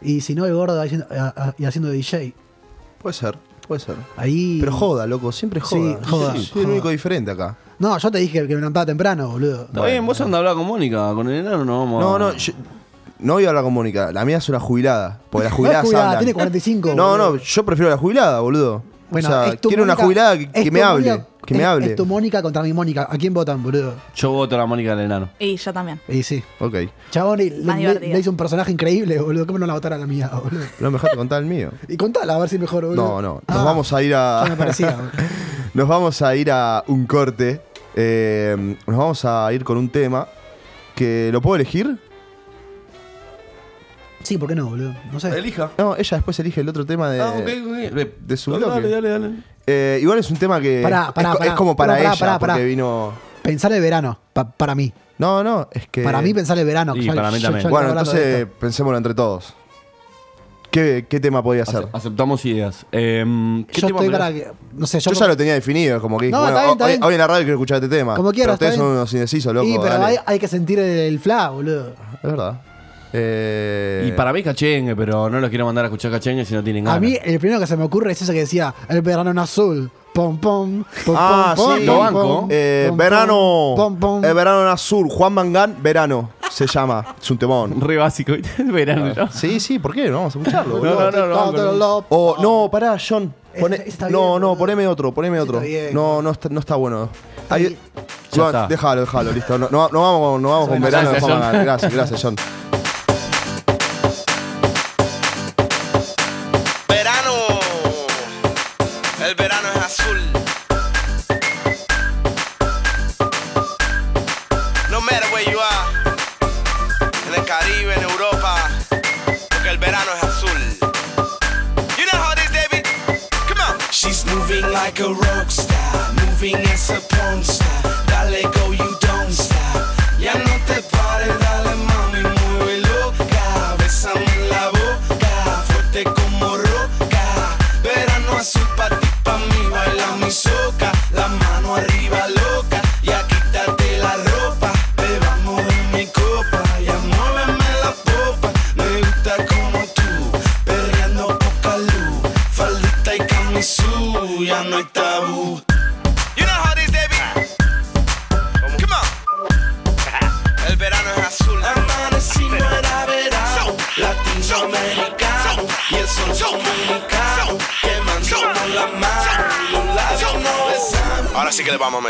Speaker 11: Y si no, el gordo va diciendo- a- a- y haciendo de DJ.
Speaker 9: Puede ser, puede ser.
Speaker 11: Ahí.
Speaker 9: Pero joda, loco, siempre joda.
Speaker 11: Sí, joda,
Speaker 9: Yo soy el
Speaker 11: joda.
Speaker 9: único diferente acá.
Speaker 11: No, yo te dije que me levantaba temprano, boludo.
Speaker 10: Está bien, vos andás a hablar con Mónica, con el enano no vamos.
Speaker 9: No,
Speaker 10: a-
Speaker 9: no, yo- no voy a hablar con Mónica. La mía es una jubilada. Porque las jubiladas
Speaker 11: No es jubilada,
Speaker 9: hablan.
Speaker 11: tiene 45,
Speaker 9: No,
Speaker 11: boludo.
Speaker 9: no, yo prefiero a la jubilada, boludo.
Speaker 11: Bueno,
Speaker 9: o sea,
Speaker 11: es tu
Speaker 9: quiero una
Speaker 11: Mónica-
Speaker 9: jubilada que,
Speaker 11: es
Speaker 9: que
Speaker 11: tu
Speaker 9: me hable.
Speaker 11: Mónica-
Speaker 9: que me
Speaker 11: es-
Speaker 9: hable.
Speaker 11: Es tu Mónica contra mi Mónica. ¿A quién votan, boludo?
Speaker 10: Yo voto a la Mónica del enano.
Speaker 7: Y yo también.
Speaker 11: Y sí.
Speaker 9: Ok.
Speaker 11: Chabón y le,
Speaker 7: Más
Speaker 11: le-
Speaker 7: divertida.
Speaker 11: le hizo un personaje increíble, boludo. ¿Cómo no la votar a la mía, boludo?
Speaker 9: No, mejor te contar el mío.
Speaker 11: Y contala, a ver si mejor, boludo.
Speaker 9: No, no. Nos
Speaker 11: Ah,
Speaker 9: vamos a ir
Speaker 11: ya me
Speaker 9: a.
Speaker 11: parecía, boludo.
Speaker 9: nos vamos a ir a un corte. Eh, nos vamos a ir con un tema. Que lo puedo elegir.
Speaker 11: Sí, ¿por qué no, boludo? No sé.
Speaker 10: Elija.
Speaker 9: No, ella después elige el otro tema de.
Speaker 10: Ah, ok, ok.
Speaker 9: Eh, de su
Speaker 10: Dale,
Speaker 9: bloque.
Speaker 10: Dale, dale, dale.
Speaker 9: Eh, igual es un tema que.
Speaker 11: Pará, pará,
Speaker 9: es, co-
Speaker 11: pará.
Speaker 9: es como para
Speaker 11: No, pará,
Speaker 9: ella,
Speaker 11: pará, pará.
Speaker 9: porque vino.
Speaker 11: Pensar el verano, pa- para mí.
Speaker 9: No, no, es que.
Speaker 11: Para mí pensar el verano.
Speaker 10: Y para mí también.
Speaker 9: Bueno,
Speaker 11: estaba hablando de
Speaker 9: entonces
Speaker 11: esto.
Speaker 9: pensémoslo entre todos. ¿Qué, qué tema podía ser?
Speaker 10: Aceptamos ideas. Em, ¿Qué
Speaker 11: Yo
Speaker 10: tema
Speaker 11: estoy
Speaker 10: ponés?
Speaker 11: para que... No sé, yo...
Speaker 9: Yo ya lo tenía definido, como que dije,
Speaker 11: No,
Speaker 9: bueno,
Speaker 11: está bien,
Speaker 9: ho-
Speaker 11: está
Speaker 9: hoy,
Speaker 11: bien.
Speaker 9: hoy en la radio quiero escuchar este tema.
Speaker 11: Como quieras,
Speaker 9: Pero ustedes
Speaker 11: está
Speaker 9: son
Speaker 11: bien.
Speaker 9: unos indecisos, loco.
Speaker 11: y, pero
Speaker 9: dale.
Speaker 11: hay, hay que sentir el fla, boludo.
Speaker 9: Es verdad. Eh,
Speaker 10: Y para mí cachengue, pero no los quiero mandar a escuchar cachengue si no tienen ganas.
Speaker 11: A mí, el primero que se me ocurre es ese que decía, el verano en azul. Pom, pom, pom,
Speaker 9: Ah,
Speaker 11: pom, pom,
Speaker 9: sí,
Speaker 10: lo
Speaker 11: pom,
Speaker 10: banco.
Speaker 11: pom,
Speaker 9: eh,
Speaker 11: pom,
Speaker 9: verano.
Speaker 11: Pom, pom.
Speaker 9: eh, verano en azul. Juan Mangán, verano. Se llama. Es un temón.
Speaker 10: Re básico, ¿viste? El verano, ¿no?
Speaker 9: Sí, sí, ¿por qué? No, vamos a escucharlo. boludo.
Speaker 10: no, no, no,
Speaker 11: Todo
Speaker 10: pero-
Speaker 11: lo-
Speaker 9: O, no, pará, John.
Speaker 11: Ese-
Speaker 9: Poné-
Speaker 11: ese está
Speaker 9: no,
Speaker 11: bien,
Speaker 9: no,
Speaker 11: boludo.
Speaker 9: poneme otro, poneme otro.
Speaker 11: está bien.
Speaker 9: no, no está, no está bueno. Ahí-
Speaker 11: bien.
Speaker 10: Ya
Speaker 9: John,
Speaker 10: está.
Speaker 9: déjalo, déjalo, listo. No, no- no vamos, con- no vamos con
Speaker 10: Bueno,
Speaker 9: verano.
Speaker 10: gracias,
Speaker 9: dejamos
Speaker 10: John.
Speaker 9: ganar. Gracias, gracias, John.
Speaker 6: Verano. El verano es azul. No matter where you are. En el Caribe, en Europa. Porque el verano es azul. You know how it is, David. Come on.
Speaker 4: She's moving like a rock star, moving as a porn star. Dale go, you don't stop. Ya no te pares, dale mami, mueve loca. Bésame en la boca, fuerte como roca. Verano azul pa' ti, pa' mí, baila mi soca. La mano arriba loca, ya quítate la ropa. Bebamos de mi copa, ya muéveme la popa. Me gusta como tú, perreando poca luz. Faldita y camisú, ya no hay tabú.
Speaker 6: You know how it is, David. Come on. El verano es azul.
Speaker 4: Amanecí no era verano, latinoamericano y el sol dominicano quemándonos la mano y los labios no besamos.
Speaker 6: Ahora sí que le vamos a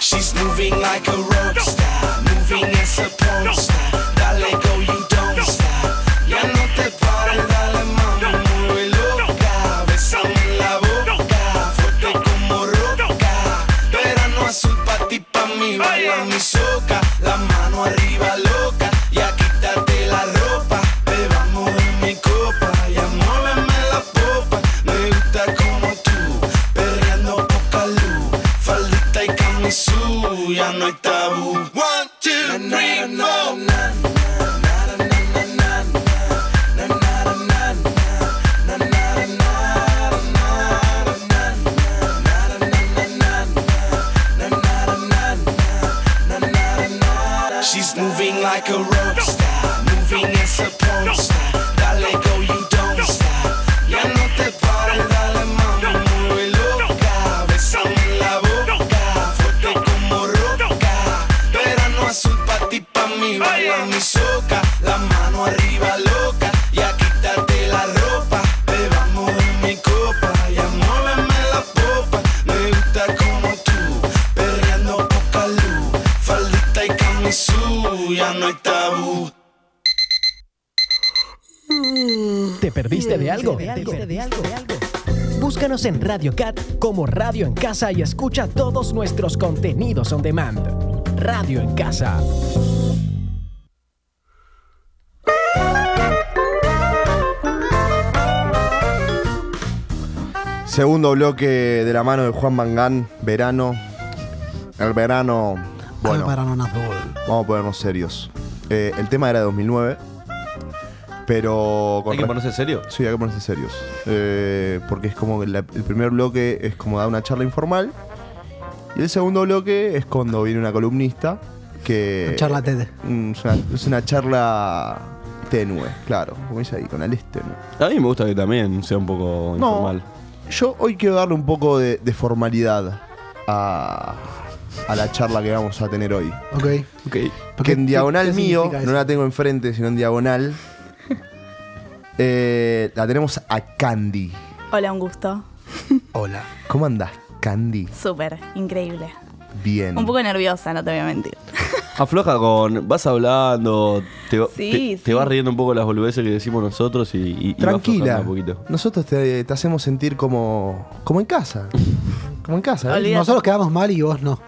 Speaker 4: She's moving like a rock star, moving as a porn star. Dale go, you don't stop. Ya no te pares, dale mami, mueve loca. Bésame en la boca, fuerte como roca. Verano azul pa' ti, pa' mí, baila mi soca. La mano arriba loca, ya quítate la ropa. Bebamos de mi copa, ya muéveme la popa. Me gusta como tú, perreando poca luz. Faldita y camisú, ya no hay tabú. One, two, three, four. She's moving like a rock star, moving as a porn star. Dale go, you don't stop. Ya no te pares, dale mami, mueve loca. Bésame en la boca, fuerte como roca. Verano azul pa' ti, pa' mí, baila mi soca. La mano arriba loca, ya quítate la ropa. Bebamos de mi copa, ya muéveme la popa. Me gusta como tú, perreando poca luz. Faldita y camisú, ya no hay tabú.
Speaker 12: ¿Te perdiste de algo? Búscanos en Radio Cat como Radio en Casa y escucha todos nuestros contenidos on demand. Radio en Casa.
Speaker 9: Segundo bloque de la mano de Juan Mangán, verano. El verano. Bueno,
Speaker 11: verano
Speaker 9: vamos a ponernos serios. Eh, el tema era de 2009, pero.
Speaker 10: ¿Hay que
Speaker 9: re-
Speaker 10: ponerse serio?
Speaker 9: Sí, hay que ponerse serios. Eh, porque es como que la- el primer bloque es como dar una charla informal. Y el segundo bloque es cuando viene una columnista que.
Speaker 11: Una charla TED.
Speaker 9: Mm, Es una, es una charla tenue, claro. Como dice ahí, con el este, ¿no?
Speaker 10: A mí me gusta que también sea un poco
Speaker 9: No.
Speaker 10: informal.
Speaker 9: Yo hoy quiero darle un poco de, de formalidad a, a la charla que vamos a tener hoy.
Speaker 11: Ok.
Speaker 9: Que en diagonal
Speaker 11: qué
Speaker 9: mío,
Speaker 11: significa eso?
Speaker 9: no la tengo enfrente, sino en diagonal, eh, la tenemos a Candy.
Speaker 7: Hola, un gusto.
Speaker 9: Hola. ¿Cómo andás, Candy?
Speaker 7: Súper, increíble.
Speaker 9: Bien.
Speaker 7: Un poco nerviosa, no te voy a mentir.
Speaker 10: Afloja con. Vas hablando, te, va-
Speaker 7: Sí,
Speaker 10: te- te
Speaker 7: sí.
Speaker 10: vas riendo un poco las boludeces que decimos nosotros y. y- y vas aflojando
Speaker 9: Tranquila.
Speaker 10: un poquito.
Speaker 9: Nosotros te, te hacemos sentir como, como en casa. Como en casa. ¿eh?
Speaker 11: Nosotros quedamos mal y vos no.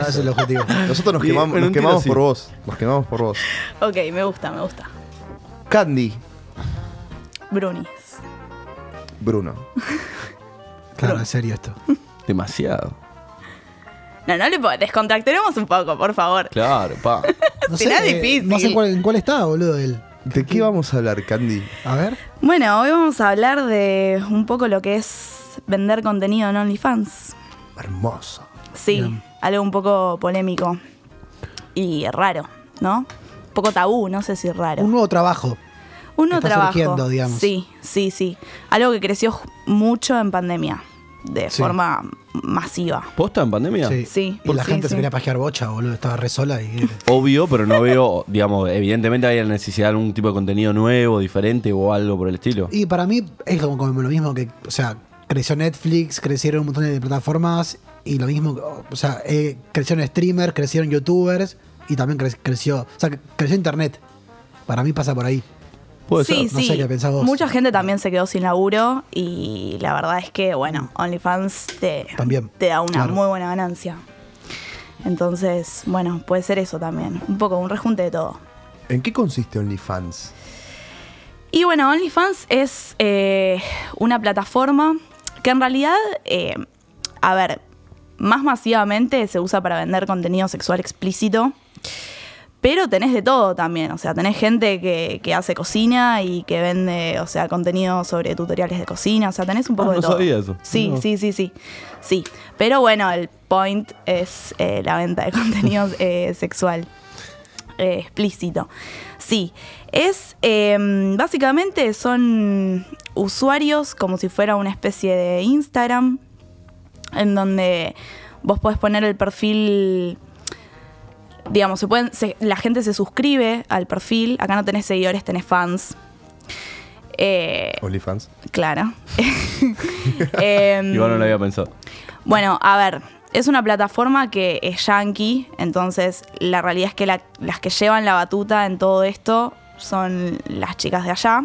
Speaker 11: Ese es el objetivo.
Speaker 9: Nosotros nos
Speaker 11: Y,
Speaker 9: quemamos,
Speaker 11: pero
Speaker 9: nos
Speaker 11: un tiro
Speaker 9: quemamos
Speaker 11: sí.
Speaker 9: por vos. Nos quemamos por vos.
Speaker 7: Ok, me gusta, me gusta.
Speaker 9: Candy,
Speaker 7: Brunis.
Speaker 9: Bruno.
Speaker 11: Claro, es serio esto.
Speaker 10: Demasiado.
Speaker 7: No, no le puedo. Descontracturemos un poco, por favor.
Speaker 10: Claro, pa.
Speaker 11: No
Speaker 7: Será
Speaker 11: eh,
Speaker 7: difícil.
Speaker 11: No sé en cuál, en cuál está, boludo, él.
Speaker 9: ¿De qué vamos a hablar, Candy?
Speaker 11: A ver.
Speaker 7: Bueno, hoy vamos a hablar de un poco lo que es vender contenido en OnlyFans.
Speaker 9: Hermoso.
Speaker 7: Sí, algo un poco polémico y raro, ¿no? Un poco tabú, no sé si raro.
Speaker 11: Un nuevo trabajo.
Speaker 7: Un nuevo
Speaker 11: está
Speaker 7: trabajo.
Speaker 11: surgiendo, digamos.
Speaker 7: Sí, sí, sí. Algo que creció ju- mucho en pandemia, de
Speaker 11: Sí.
Speaker 7: forma masiva.
Speaker 10: ¿Posta en pandemia?
Speaker 11: Sí. Y la
Speaker 7: sí,
Speaker 11: gente
Speaker 7: sí.
Speaker 11: se viene a pajear bocha, boludo. Estaba re sola y. eh,
Speaker 10: Obvio, pero no veo, digamos, evidentemente hay la necesidad de algún tipo de contenido nuevo, diferente o algo por el estilo.
Speaker 11: Y para mí es como, como lo mismo que, o sea, creció Netflix, crecieron un montón de plataformas y lo mismo, o sea, eh, crecieron streamers, crecieron youtubers y también cre- creció, o sea, cre- creció internet. Para mí pasa por ahí.
Speaker 7: sí,
Speaker 11: No
Speaker 7: sí.
Speaker 11: sé qué pensás vos.
Speaker 7: Mucha gente también se quedó sin laburo y la verdad es que, bueno, OnlyFans te,
Speaker 11: También,
Speaker 7: te da una
Speaker 11: claro.
Speaker 7: muy buena ganancia. Entonces, bueno, puede ser eso también. Un poco, un rejunte de todo.
Speaker 9: ¿En qué consiste OnlyFans?
Speaker 7: Y bueno, OnlyFans es eh, una plataforma que en realidad, eh, a ver, más masivamente se usa para vender contenido sexual explícito. Pero tenés de todo también, o sea, tenés gente que, que hace cocina y que vende, o sea, contenido sobre tutoriales de cocina, o sea, tenés un poco
Speaker 10: Ah,
Speaker 7: de
Speaker 10: no
Speaker 7: todo.
Speaker 10: sabía eso.
Speaker 7: Sí,
Speaker 10: No.
Speaker 7: sí, sí, sí. Sí, pero bueno, el point es eh, la venta de contenido eh, sexual eh, explícito. Sí, es eh, básicamente son usuarios como si fuera una especie de Instagram en donde vos podés poner el perfil digamos, se pueden, se- la gente se suscribe al perfil, acá no tenés seguidores, tenés fans. Eh,
Speaker 9: OnlyFans.
Speaker 7: claro. Em,
Speaker 10: Igual no lo había pensado.
Speaker 7: bueno, a ver, es una plataforma que es yankee, entonces la realidad es que la- las que llevan la batuta en todo esto son las chicas de allá.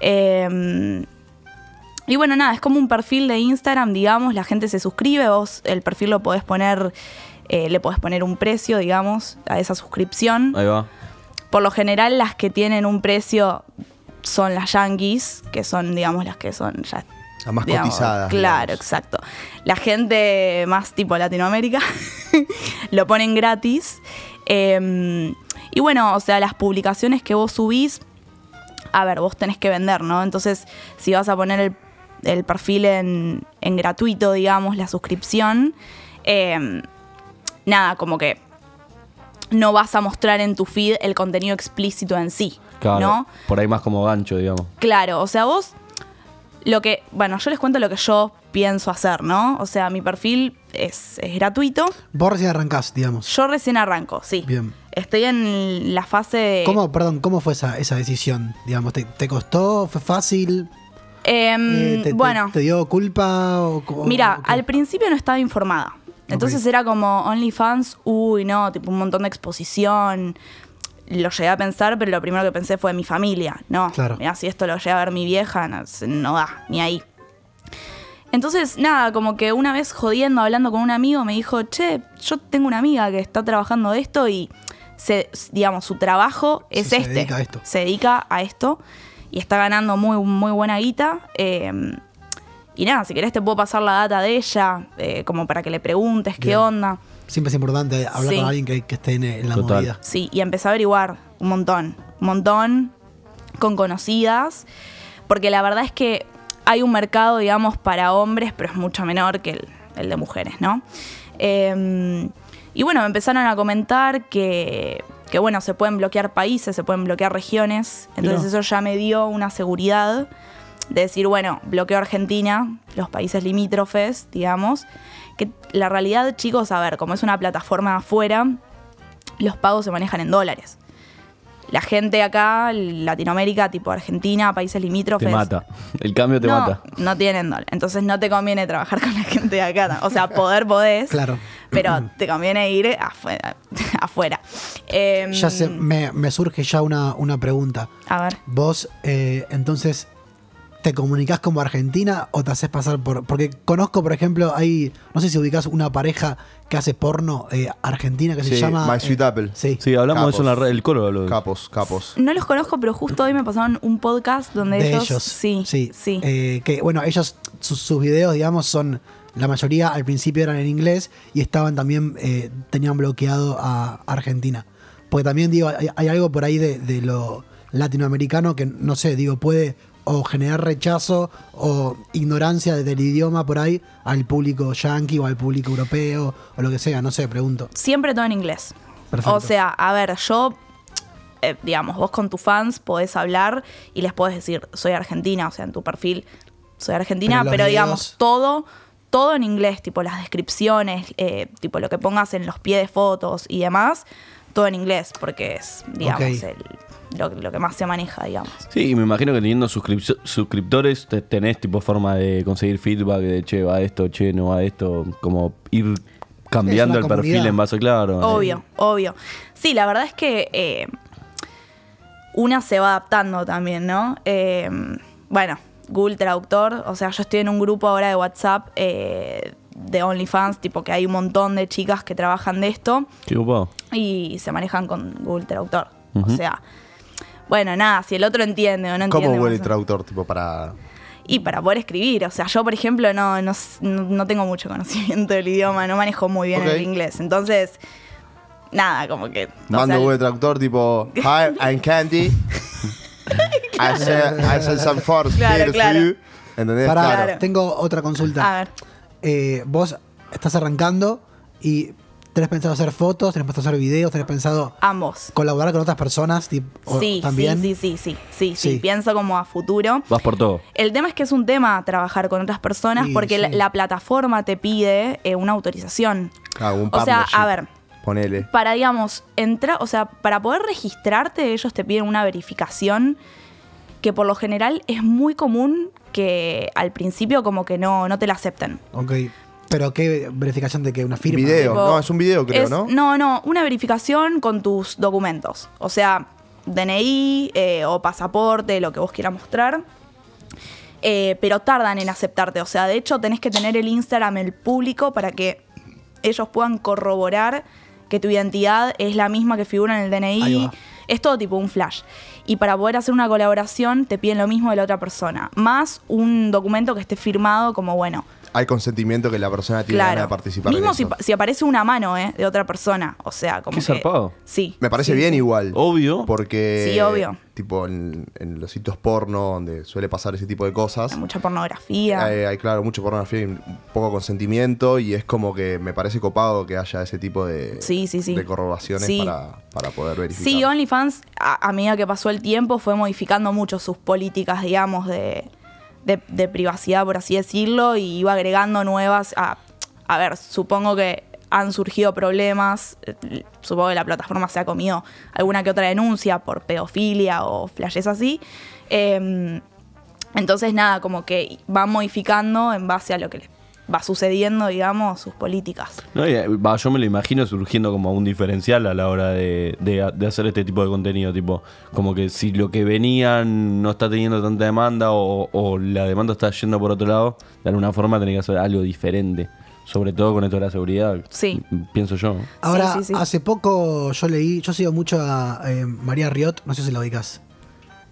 Speaker 7: Eh, y bueno, nada, es como un perfil de Instagram, digamos, la gente se suscribe, vos el perfil lo podés poner, eh, le podés poner un precio, digamos, a esa suscripción.
Speaker 10: Ahí va.
Speaker 7: Por lo general, las que tienen un precio son las yankees, que son, digamos, las que son ya.
Speaker 9: Las más
Speaker 7: digamos,
Speaker 9: cotizadas,
Speaker 7: Claro, exacto. La gente más tipo Latinoamérica lo ponen gratis. Eh, y bueno, o sea, las publicaciones que vos subís, a ver, vos tenés que vender, ¿no? Entonces, si vas a poner el, el perfil en, en gratuito, digamos, la suscripción, eh, nada, como que no vas a mostrar en tu feed el contenido explícito en sí,
Speaker 10: Claro.
Speaker 7: ¿no?
Speaker 10: Por ahí más como gancho, digamos.
Speaker 7: Claro, o sea, vos lo que, bueno, yo les cuento lo que yo pienso hacer, ¿no? O sea, mi perfil es, es gratuito.
Speaker 11: Vos recién arrancás, digamos.
Speaker 7: Yo recién arranco, sí.
Speaker 11: Bien.
Speaker 7: Estoy en la fase de...
Speaker 11: ¿Cómo, perdón, cómo fue esa, esa decisión? Digamos, ¿te, te costó? ¿Fue fácil? Eh,
Speaker 7: Em,
Speaker 11: te- te-
Speaker 7: bueno,
Speaker 11: ¿Te, dio culpa? O, co-
Speaker 7: Mira,
Speaker 11: o-
Speaker 7: al principio no estaba informada. Entonces era como OnlyFans, uy, no, tipo un montón de exposición. Lo llegué a pensar, pero lo primero que pensé fue mi familia. No,
Speaker 8: Claro.
Speaker 7: mira, si esto lo llega a ver mi vieja, no, se- no da, ni ahí. Entonces, nada, como que una vez jodiendo, hablando con un amigo, me dijo, che, yo tengo una amiga que está trabajando de esto y, se, digamos, su trabajo es
Speaker 11: se
Speaker 7: este.
Speaker 11: dedica a esto.
Speaker 7: Se dedica a esto y está ganando muy, muy buena guita. eh, Y nada, si querés te puedo pasar la data de ella, eh, como para que le preguntes qué
Speaker 11: Bien.
Speaker 7: onda.
Speaker 11: Siempre es importante hablar
Speaker 7: Sí.
Speaker 11: con alguien que, que esté en, en la
Speaker 10: Total.
Speaker 11: movida.
Speaker 7: Sí, y empecé a averiguar un montón, un montón con conocidas, porque la verdad es que hay un mercado, digamos, para hombres, pero es mucho menor que el, el de mujeres, ¿no? Eh, y bueno, me empezaron a comentar que, que, bueno, se pueden bloquear países, se pueden bloquear regiones, entonces
Speaker 13: Mirá.
Speaker 7: eso ya me dio una seguridad de decir, bueno, bloqueo Argentina, los países limítrofes, digamos, que la realidad, chicos, a ver, como es una plataforma afuera, los pagos se manejan en dólares. La gente acá, Latinoamérica, tipo Argentina, países limítrofes,
Speaker 10: Te mata. El cambio te
Speaker 7: no,
Speaker 10: mata.
Speaker 7: no tienen dólar. Entonces no te conviene trabajar con la gente de acá. O sea, poder podés,
Speaker 11: Claro.
Speaker 7: pero te conviene ir afuera. afuera. Em,
Speaker 11: Ya se, me, me surge ya una, una pregunta.
Speaker 7: A ver.
Speaker 11: Vos, eh, entonces, ¿te comunicás como argentina o te haces pasar por.? Porque conozco, por ejemplo, hay. No sé si ubicás una pareja que hace porno eh, argentina que se
Speaker 9: Sí,
Speaker 11: llama.
Speaker 9: My
Speaker 11: eh,
Speaker 9: Sweet Apple.
Speaker 11: Sí,
Speaker 10: hablamos de eso en la red, el coro habló de eso.
Speaker 9: Capos, capos.
Speaker 7: no los conozco, pero justo hoy me pasaron un podcast donde
Speaker 11: de
Speaker 7: ellos,
Speaker 11: ellos.
Speaker 7: Sí,
Speaker 11: sí.
Speaker 7: sí.
Speaker 11: Eh, que bueno, ellos, sus, sus videos, digamos, son. La mayoría al principio eran en inglés y estaban también. eh, tenían bloqueado a Argentina. Porque también, digo, hay, hay algo por ahí de, de lo latinoamericano que, no sé, digo, puede o generar rechazo o ignorancia del idioma por ahí al público yanqui o al público europeo o lo que sea, no sé, pregunto.
Speaker 7: Siempre todo en inglés.
Speaker 11: Perfecto.
Speaker 7: O sea, a ver, yo, eh, digamos, vos con tus fans podés hablar y les podés decir, soy argentina, o sea, en tu perfil, soy argentina,
Speaker 13: Pero
Speaker 7: pero,
Speaker 13: los
Speaker 7: digamos,
Speaker 13: videos-
Speaker 7: todo, todo en inglés, tipo las descripciones, eh, tipo lo que pongas en los pies de fotos y demás, todo en inglés, porque es, digamos,
Speaker 10: Ok.
Speaker 7: el- lo, lo que más se maneja, digamos.
Speaker 10: Sí, y me imagino que teniendo suscripcio- suscriptores te- tenés tipo forma de conseguir feedback de che, va esto, che, no va esto, como ir cambiando
Speaker 7: Es
Speaker 10: el
Speaker 7: una
Speaker 10: perfil
Speaker 7: comunidad.
Speaker 10: en base, claro.
Speaker 7: Obvio, obvio. Sí, la verdad es que eh, una se va adaptando también, ¿no? Eh, bueno, Google Traductor, o sea, yo estoy en un grupo ahora de WhatsApp eh, de OnlyFans, tipo que hay un montón de chicas que trabajan de esto
Speaker 10: Qué copado.
Speaker 7: y se manejan con Google Traductor.
Speaker 9: Ujú.
Speaker 7: O sea, bueno, nada, si el otro entiende o no entiende.
Speaker 9: ¿Cómo huele
Speaker 7: vamos
Speaker 9: el
Speaker 7: a-
Speaker 9: traductor? Tipo, para.
Speaker 7: y para poder escribir. O sea, yo, por ejemplo, no, no, s- no- no tengo mucho conocimiento del idioma, no manejo muy bien
Speaker 9: Ok.
Speaker 7: el inglés. Entonces, nada, como que. o
Speaker 9: Mando
Speaker 7: sea,
Speaker 9: Google Traductor, tipo. Hi, I'm Candy. I sell, I sell some force
Speaker 7: Claro,
Speaker 9: here for
Speaker 7: claro.
Speaker 9: you. ¿Entendés?
Speaker 11: Pará,
Speaker 9: Claro.
Speaker 11: tengo otra consulta.
Speaker 7: A ver.
Speaker 11: Eh, vos estás arrancando y tenés pensado hacer fotos, tenés pensado hacer videos, tenés pensado
Speaker 7: Ambos.
Speaker 11: colaborar con otras personas tip- o-
Speaker 7: Sí,
Speaker 11: también.
Speaker 7: sí, sí, sí, sí, sí, sí,
Speaker 11: Sí.
Speaker 7: Pienso como a futuro.
Speaker 10: Vas por todo.
Speaker 7: El tema es que es un tema trabajar con otras personas
Speaker 9: Sí,
Speaker 7: porque la,
Speaker 9: sí.
Speaker 7: la plataforma te pide eh, una autorización.
Speaker 9: Claro, Ah, un
Speaker 7: O sea,
Speaker 9: partnership.
Speaker 7: a ver,
Speaker 9: Ponele.
Speaker 7: para, digamos, entrar, o sea, para poder registrarte, ellos te piden una verificación que por lo general es muy común que al principio como que no, no te la acepten.
Speaker 11: Ok. Pero qué verificación de que una firma.
Speaker 9: Video,
Speaker 7: Tipo,
Speaker 9: no, es un video, creo,
Speaker 7: Es-
Speaker 9: ¿no?
Speaker 7: No, no, una verificación con tus documentos. O sea, DNI eh, o pasaporte, lo que vos quieras mostrar. Eh, pero tardan en aceptarte. O sea, de hecho, tenés que tener el Instagram, el público, para que ellos puedan corroborar que tu identidad es la misma que figura en el
Speaker 13: Ahí
Speaker 7: DNI.
Speaker 13: va.
Speaker 7: Es todo tipo un flash. Y para poder hacer una colaboración, te piden lo mismo de la otra persona. Más un documento que esté firmado como, bueno,
Speaker 9: Hay consentimiento que la persona tiene ganas de participar. en
Speaker 7: mismo
Speaker 9: eso.
Speaker 7: si, si aparece una mano eh, de otra persona. O sea, como.
Speaker 9: Qué
Speaker 7: que-
Speaker 9: zarpado.
Speaker 7: Sí.
Speaker 9: Me parece
Speaker 7: sí,
Speaker 9: bien
Speaker 7: sí.
Speaker 9: igual.
Speaker 10: Obvio.
Speaker 9: Porque.
Speaker 7: Sí, obvio.
Speaker 9: Tipo, en, en los sitios porno, donde suele pasar ese tipo de cosas.
Speaker 7: Mucha pornografía.
Speaker 9: Hay, hay, claro, mucho pornografía y un poco consentimiento. Y es como que me parece copado que haya ese tipo de,
Speaker 7: Sí, sí, sí.
Speaker 9: de corroboraciones
Speaker 7: Sí.
Speaker 9: para, para poder verificar.
Speaker 7: Sí, OnlyFans, a, a medida que pasó el tiempo, fue modificando mucho sus políticas, digamos, de, de- de privacidad, por así decirlo, y iba agregando nuevas. A, a ver, supongo que han surgido problemas, eh, supongo que la plataforma se ha comido alguna que otra denuncia por pedofilia o flashes así. Em, entonces, nada, como que van modificando en base a lo que les va sucediendo, digamos, sus políticas.
Speaker 10: No, y, eh, va, yo me lo imagino surgiendo como un diferencial a la hora de, de- de hacer este tipo de contenido. Tipo, como que si lo que venían no está teniendo tanta demanda o, o la demanda está yendo por otro lado, de alguna forma tenés que hacer algo diferente. Sobre todo con esto de la seguridad.
Speaker 7: Sí.
Speaker 10: Pienso yo.
Speaker 11: Ahora,
Speaker 7: sí, sí.
Speaker 11: hace poco yo leí, yo sigo mucho a eh, María Riot, no sé si la ubicas.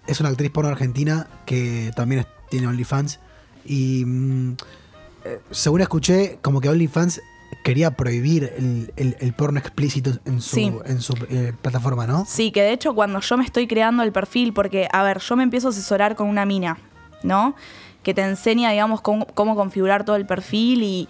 Speaker 11: Es una actriz porno argentina que también es- tiene OnlyFans. Y mm, eh, según escuché, como que OnlyFans quería prohibir el, el- el porno explícito en su,
Speaker 7: Sí.
Speaker 11: en su eh, plataforma, ¿no?
Speaker 7: Sí, que de hecho cuando yo me estoy creando el perfil, porque, a ver, yo me empiezo a asesorar con una mina, ¿no? Que te enseña, digamos, cómo, cómo configurar todo el perfil y,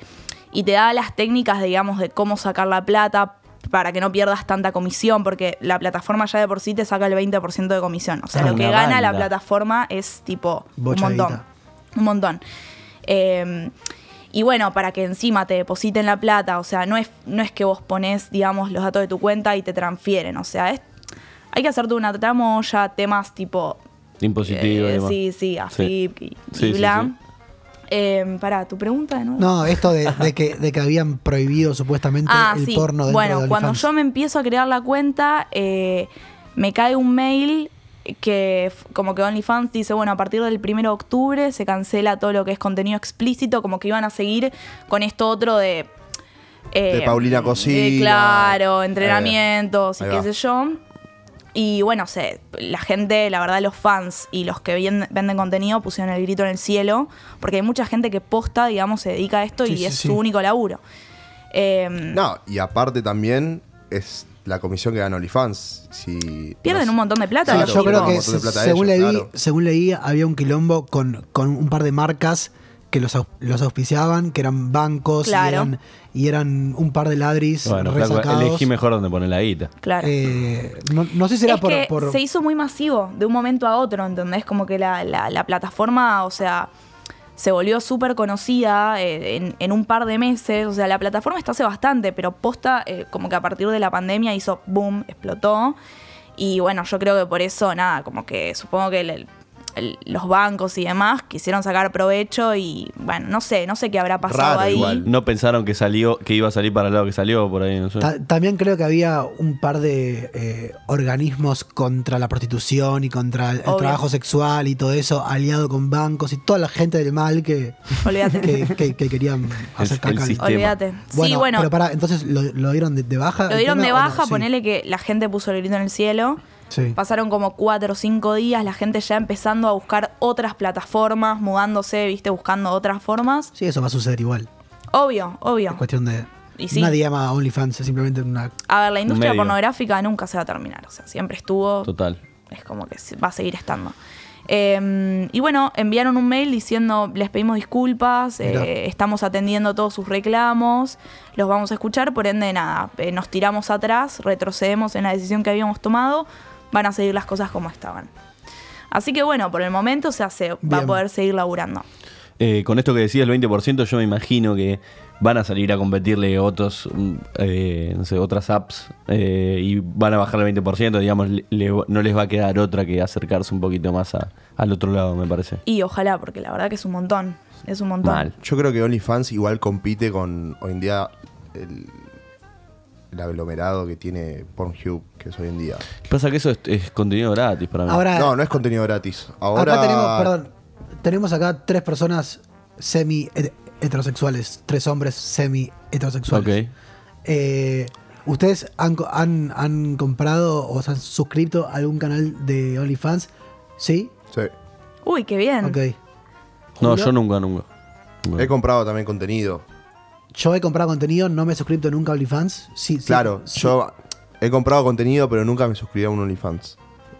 Speaker 7: y te da las técnicas, digamos, de cómo sacar la plata para que no pierdas tanta comisión, porque la plataforma ya de por sí te saca el 20% de comisión. O sea,
Speaker 11: Ah,
Speaker 7: lo que
Speaker 11: una
Speaker 7: gana la
Speaker 11: banda.
Speaker 7: plataforma es tipo
Speaker 11: Bocha
Speaker 7: un
Speaker 11: de
Speaker 7: montón.
Speaker 11: guita.
Speaker 7: Un montón. Eh, y bueno, para que encima te depositen la plata, o sea, no es, no es que vos pones, digamos, los datos de tu cuenta y te transfieren, o sea, es, hay que hacerte una tramoya, temas tipo,
Speaker 10: Impositivo.
Speaker 7: eh,
Speaker 10: y demás.
Speaker 7: sí, sí, AFIP y,
Speaker 10: Sí,
Speaker 7: y
Speaker 10: sí,
Speaker 7: bla.
Speaker 10: sí.
Speaker 7: Eh, pará, tu pregunta de nuevo.
Speaker 11: No, esto de, de que, de que habían prohibido supuestamente
Speaker 7: Ah,
Speaker 11: el
Speaker 7: sí.
Speaker 11: porno dentro
Speaker 7: bueno,
Speaker 11: de
Speaker 7: cuando
Speaker 11: OnlyFans.
Speaker 7: yo me empiezo a crear la cuenta, eh, me cae un mail que f- como que OnlyFans dice, bueno, a partir del 1 de octubre se cancela todo lo que es contenido explícito, como que iban a seguir con esto otro de... eh,
Speaker 9: De Paulina
Speaker 7: de,
Speaker 9: Cocina.
Speaker 7: claro, entrenamientos
Speaker 9: ahí
Speaker 7: y qué
Speaker 9: va.
Speaker 7: sé yo. Y bueno, sé, la gente, la verdad, los fans y los que vien- venden contenido pusieron el grito en el cielo, porque hay mucha gente que posta, digamos, se dedica a esto
Speaker 9: Sí,
Speaker 7: y
Speaker 9: sí,
Speaker 7: es
Speaker 9: sí.
Speaker 7: su único laburo. Em,
Speaker 9: No, y aparte también es la comisión que gana OnlyFans. Si
Speaker 7: Pierden un montón de plata.
Speaker 9: Sí,
Speaker 7: los
Speaker 9: yo creo
Speaker 11: Creo
Speaker 7: chicos.
Speaker 11: que
Speaker 9: un montón de plata a
Speaker 11: según,
Speaker 9: ellos,
Speaker 11: leí,
Speaker 9: claro.
Speaker 11: según leí, había un quilombo con, con un par de marcas que los, au- los auspiciaban, que eran bancos y
Speaker 7: Claro.
Speaker 11: eran- y, eran, un par de ladris
Speaker 10: Bueno, flaco,
Speaker 11: resacados.
Speaker 10: elegí mejor donde poner la guita.
Speaker 7: Claro.
Speaker 11: Eh, no, no sé si era
Speaker 7: es
Speaker 11: por...
Speaker 7: que
Speaker 11: por-
Speaker 7: se hizo muy masivo de un momento a otro, ¿entendés? Como que la, la- la plataforma, o sea, se volvió súper conocida eh, en, en un par de meses. O sea, la plataforma está hace bastante, pero posta, eh, como que a partir de la pandemia hizo boom, explotó. Y bueno, yo creo que por eso, nada, como que supongo que el- el- los bancos y demás quisieron sacar provecho y bueno, no sé, no sé qué habrá pasado ahí.
Speaker 10: No pensaron que salió, que iba a salir para el lado que salió por ahí, no sé.
Speaker 11: Ta- también creo que había un par de eh, organismos contra la prostitución y contra el, el
Speaker 7: Obvio.
Speaker 11: trabajo sexual y todo eso, aliado con bancos y toda la gente del mal que,
Speaker 7: Olvídate.
Speaker 11: que, que- que querían hacer
Speaker 10: el
Speaker 11: caca.
Speaker 10: sistema.
Speaker 7: Olvídate. sí, bueno.
Speaker 11: Pero para, entonces lo, lo dieron de, de baja.
Speaker 7: Lo
Speaker 11: el
Speaker 7: dieron
Speaker 11: tema,
Speaker 7: de
Speaker 11: ¿o no?
Speaker 7: baja,
Speaker 11: Sí.
Speaker 7: ponele que la gente puso el grito en el cielo.
Speaker 11: Sí.
Speaker 7: Pasaron como cuatro o cinco días, la gente ya empezando a buscar otras plataformas, mudándose, viste, buscando otras formas.
Speaker 11: Sí, eso va a suceder igual.
Speaker 7: Obvio, obvio.
Speaker 11: Es cuestión de.
Speaker 7: Y sí.
Speaker 11: Nadie ama a OnlyFans, es simplemente una.
Speaker 7: A ver, la industria
Speaker 11: Medio.
Speaker 7: pornográfica nunca se va a terminar. O sea, siempre estuvo.
Speaker 10: Total.
Speaker 7: Es como que se- va a seguir estando. Eh, y bueno, enviaron un mail diciendo, les pedimos disculpas,
Speaker 13: Mirá.
Speaker 7: eh, estamos atendiendo todos sus reclamos, los vamos a escuchar, por ende nada, eh, nos tiramos atrás, retrocedemos en la decisión que habíamos tomado, van a seguir las cosas como estaban. Así que bueno, por el momento se hace, va a
Speaker 10: Bien.
Speaker 7: poder seguir laburando.
Speaker 10: Eh, con esto que decías, el 20%, yo me imagino que van a salir a competirle otros, mm, eh, no sé, otras apps eh, y van a bajar el 20%, digamos, le- le- no les va a quedar otra que acercarse un poquito más a- al otro lado, me parece.
Speaker 7: Y ojalá, porque la verdad que es un montón, es un montón.
Speaker 9: Yo creo que OnlyFans igual compite con hoy en día el, el aglomerado que tiene Pornhub, que es hoy en día.
Speaker 10: Pasa que eso es, es contenido gratis para mí.
Speaker 11: Ahora-
Speaker 9: no, no es contenido gratis. Ahora
Speaker 11: Acá tenemos, perdón, tenemos acá tres personas semi het- heterosexuales, tres hombres semi heterosexuales.
Speaker 10: Ok.
Speaker 11: Eh, ¿Ustedes han, co- han, han comprado o se han suscrito a algún canal de OnlyFans? ¿Sí?
Speaker 9: Sí.
Speaker 7: Uy, qué bien.
Speaker 11: Ok.
Speaker 10: No,
Speaker 11: ¿Julio?
Speaker 10: yo nunca, nunca.
Speaker 9: He comprado también contenido.
Speaker 11: Yo he comprado contenido, no me he suscrito nunca a OnlyFans. Sí, sí,
Speaker 9: claro,
Speaker 11: sí.
Speaker 9: yo he comprado contenido, pero nunca me suscribí a un OnlyFans.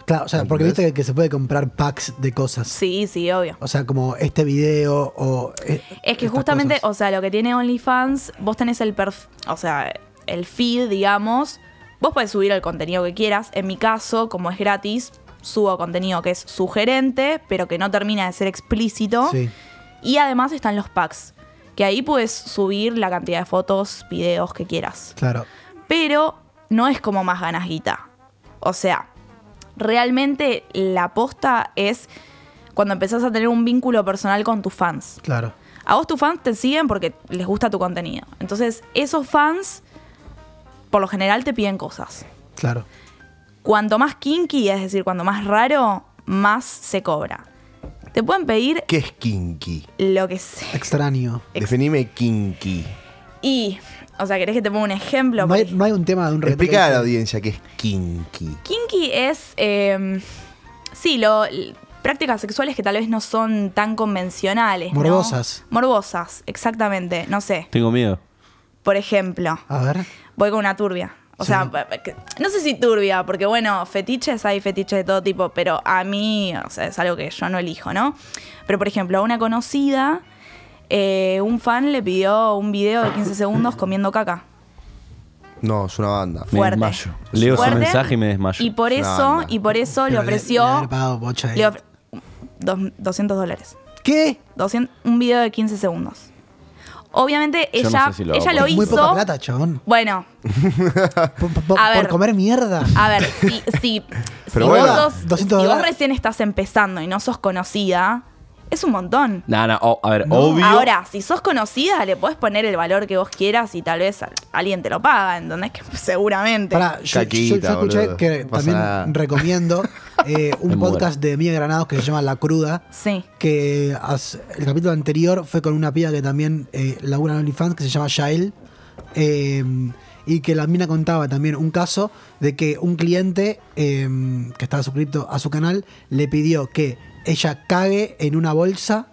Speaker 11: Claro, o sea, porque
Speaker 9: ¿Entendés?
Speaker 11: viste que, que se puede comprar packs de cosas.
Speaker 7: Sí, sí, obvio.
Speaker 11: O sea, como este video o... eh,
Speaker 7: Es que
Speaker 11: estas
Speaker 7: justamente,
Speaker 11: cosas.
Speaker 7: o sea, lo que tiene OnlyFans, vos tenés el perf o sea, el feed, digamos. Vos podés subir el contenido que quieras. En mi caso, como es gratis, subo contenido que es sugerente, pero que no termina de ser explícito.
Speaker 11: Sí.
Speaker 7: Y además están los packs, que ahí puedes subir la cantidad de fotos, videos que quieras.
Speaker 11: Claro.
Speaker 7: Pero no es como más ganas guita. O sea, realmente la aposta es cuando empezás a tener un vínculo personal con tus fans.
Speaker 11: Claro.
Speaker 7: A vos tus fans te siguen porque les gusta tu contenido. Entonces, esos fans, por lo general, te piden cosas.
Speaker 11: Claro.
Speaker 7: Cuanto más kinky, es decir, cuanto más raro, más se cobra. Te pueden pedir
Speaker 9: ¿Qué es kinky?
Speaker 7: lo que sea.
Speaker 11: Extraño.
Speaker 9: Definime kinky.
Speaker 7: Y, o sea, ¿querés que te ponga un ejemplo?
Speaker 11: No hay, no hay un tema de un respeto.
Speaker 9: Explica a la audiencia qué es kinky.
Speaker 7: Kinky es. eh, em, sí, lo. prácticas sexuales que tal vez no son tan convencionales. ¿no?
Speaker 11: Morbosas.
Speaker 7: Morbosas, exactamente. No sé.
Speaker 10: Tengo miedo.
Speaker 7: Por ejemplo,
Speaker 11: A ver.
Speaker 7: voy con una turbia. O
Speaker 11: Sí.
Speaker 7: sea, pa- pa- que- no sé si turbia, porque bueno, fetiches hay fetiches de todo tipo, pero a mí, o sea, es algo que yo no elijo, ¿no? Pero por ejemplo, a una conocida, eh, un fan le pidió un video de 15 segundos comiendo caca.
Speaker 9: No, es una banda.
Speaker 10: Me
Speaker 7: Fuerte.
Speaker 10: desmayo. Leo ese
Speaker 7: Fuerte.
Speaker 10: mensaje y me desmayo.
Speaker 7: Y por eso, y por eso le
Speaker 11: Pero
Speaker 7: ofreció.
Speaker 11: le haber pagado bocha ahí.
Speaker 7: le ofre- dos- 200 dólares.
Speaker 11: ¿Qué?
Speaker 7: 200 un video de 15 segundos. Obviamente
Speaker 10: Yo no
Speaker 7: ella,
Speaker 10: sé si lo hago
Speaker 7: ella
Speaker 10: por
Speaker 7: lo
Speaker 10: eso.
Speaker 7: hizo.
Speaker 11: Muy poca plata, chabón.
Speaker 7: Bueno,
Speaker 11: Por, por-
Speaker 7: A ver.
Speaker 11: por comer mierda.
Speaker 7: a ver, si, si, si
Speaker 9: Pero bueno,
Speaker 7: vos sos-
Speaker 11: 200
Speaker 7: si vos
Speaker 11: dólares.
Speaker 7: recién estás empezando y no sos conocida, es un montón.
Speaker 10: No, no, o- a ver, obvio.
Speaker 7: Ahora, si sos conocida, le podés poner el valor que vos quieras y tal vez al- alguien te lo paga, ¿entendés? Que seguramente.
Speaker 11: Pará, yo,
Speaker 9: Caquita,
Speaker 11: yo- yo escuché
Speaker 9: boludo.
Speaker 11: que
Speaker 9: No pasa
Speaker 11: también
Speaker 9: nada.
Speaker 11: recomiendo
Speaker 10: Me
Speaker 11: eh, un
Speaker 10: muero.
Speaker 11: podcast de Mía Granados que se llama La Cruda.
Speaker 7: Sí.
Speaker 11: que hace- el capítulo anterior fue con una piba que también eh, labura en OnlyFans que se llama Yael eh, y que la mina contaba también un caso de que un cliente eh, que estaba suscrito a su canal le pidió que ella cague en una bolsa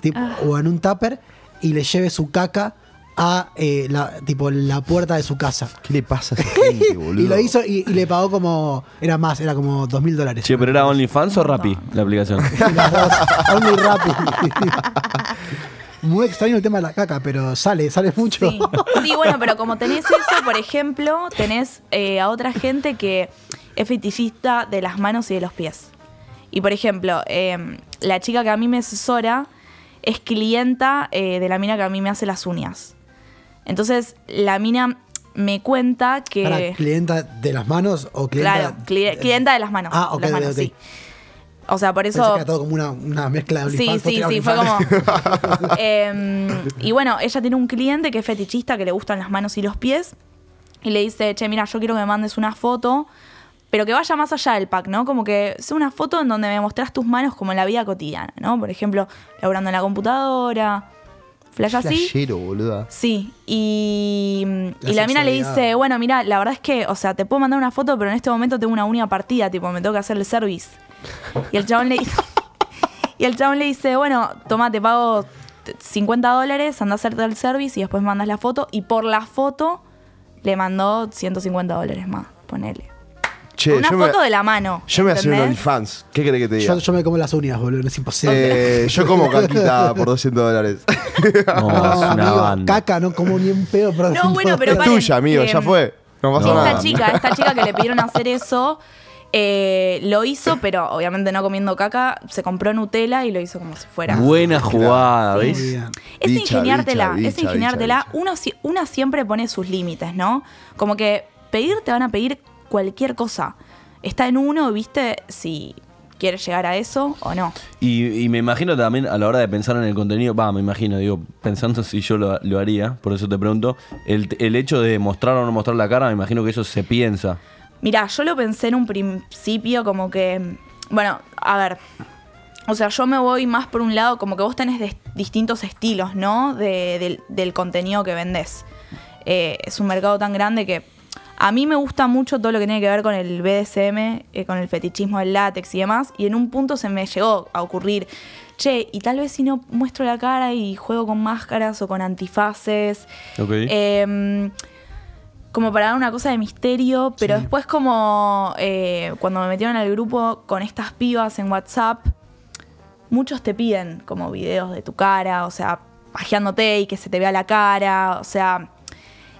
Speaker 11: tipo, o en un tupper y le lleve su caca a eh, la, tipo, la puerta de su casa.
Speaker 9: ¿Qué le pasa a esa gente, boludo?
Speaker 11: Y lo hizo y, y le pagó como, era más, era como dos mil dólares.
Speaker 10: Che, pero era OnlyFans o Rappi la aplicación.
Speaker 11: Las dos, son muy rápido. Muy extraño el tema de la caca, pero sale, sale mucho.
Speaker 7: Sí. Sí, bueno, pero como tenés eso, por ejemplo, tenés eh, a otra gente que es fetichista de las manos y de los pies. Y por ejemplo, eh, la chica que a mí me asesora es clienta eh, de la mina que a mí me hace las uñas. Entonces, la mina me cuenta que.
Speaker 11: Pará, ¿Clienta de las manos o clienta?
Speaker 7: claro, cli- clienta de las manos.
Speaker 11: Ah, ok,
Speaker 7: las manos,
Speaker 11: ok, ok.
Speaker 7: sí. O sea, por
Speaker 11: Pensé
Speaker 7: eso.
Speaker 11: que era todo como una, una mezcla de
Speaker 7: Sí,
Speaker 11: OnlyFans,
Speaker 7: sí,
Speaker 11: tiraba
Speaker 7: sí, fue como.
Speaker 11: OnlyFans.
Speaker 7: Em, y bueno, ella tiene un cliente que es fetichista, que le gustan las manos y los pies. Y le dice, che, mira, yo quiero que me mandes una foto, pero que vaya más allá del pack, ¿no? Como que sea una foto en donde me mostrás tus manos como en la vida cotidiana, ¿no? Por ejemplo, laburando en la computadora, flash así.
Speaker 9: Flashero, boluda.
Speaker 7: Sí, y,
Speaker 11: La
Speaker 7: y la mina le
Speaker 11: sexualidad.
Speaker 7: dice, bueno, mira, la verdad es que, o sea, te puedo mandar una foto, pero en este momento tengo una única partida, tipo, me tengo que hacer el service. Y el chabón le dice, y el chabón le dice, bueno, toma, te pago t- 50 dólares, anda a hacerte el service y después mandas la foto. Y por la foto le mandó 150 dólares más, ponele.
Speaker 9: Che,
Speaker 7: Una
Speaker 9: yo
Speaker 7: foto
Speaker 9: me,
Speaker 7: de la mano.
Speaker 9: yo me voy a hacer un
Speaker 7: ¿entendés?
Speaker 9: OnlyFans. ¿Qué crees que te diga?
Speaker 11: Yo, yo me como las uñas, boludo, es imposible.
Speaker 9: Eh, yo como caquita por 200 dólares.
Speaker 10: No, es
Speaker 11: No,
Speaker 10: una
Speaker 11: Ah, amigo,
Speaker 10: banda.
Speaker 11: caca, no como ni un pedo. pero-
Speaker 7: No, bueno, pero
Speaker 9: es
Speaker 7: paren,
Speaker 9: tuya, amigo,
Speaker 7: eh,
Speaker 9: ya fue. No pasa
Speaker 7: esta
Speaker 9: nada.
Speaker 7: chica, esta chica que le pidieron hacer eso, eh, lo hizo, pero obviamente no comiendo caca, se compró Nutella y lo hizo como si fuera.
Speaker 10: Buena jugada,
Speaker 7: Sí.
Speaker 10: ¿ves?
Speaker 11: Muy bien.
Speaker 7: Es
Speaker 9: Bicha,
Speaker 7: ingeniártela,
Speaker 9: bicha,
Speaker 7: es
Speaker 9: bicha,
Speaker 7: ingeniártela.
Speaker 9: bicha, bicha.
Speaker 7: Uno si- una siempre pone sus límites, ¿no? Como que pedir te van a pedir cualquier cosa. Está en uno, viste, si quieres llegar a eso o no.
Speaker 10: Y, y me imagino también a la hora de pensar en el contenido, va, me imagino, digo, pensando si yo lo, lo haría, por eso te pregunto, el, el hecho de mostrar o no mostrar la cara, me imagino que eso se piensa.
Speaker 7: Mirá, yo lo pensé en un principio como que, bueno, a ver, o sea, yo me voy más por un lado, como que vos tenés des- distintos estilos, ¿no? De- del, del contenido que vendés. Eh, es un mercado tan grande que a mí me gusta mucho todo lo que tiene que ver con el BDSM, eh, con el fetichismo del látex y demás, y en un punto se me llegó a ocurrir, che, y tal vez si no muestro la cara y juego con máscaras o con antifaces,
Speaker 10: Ok.
Speaker 7: Em, como para dar una cosa de misterio, pero después como eh, cuando me metieron al grupo con estas pibas en WhatsApp, muchos te piden como videos de tu cara, o sea, pajeándote y que se te vea la cara, o sea,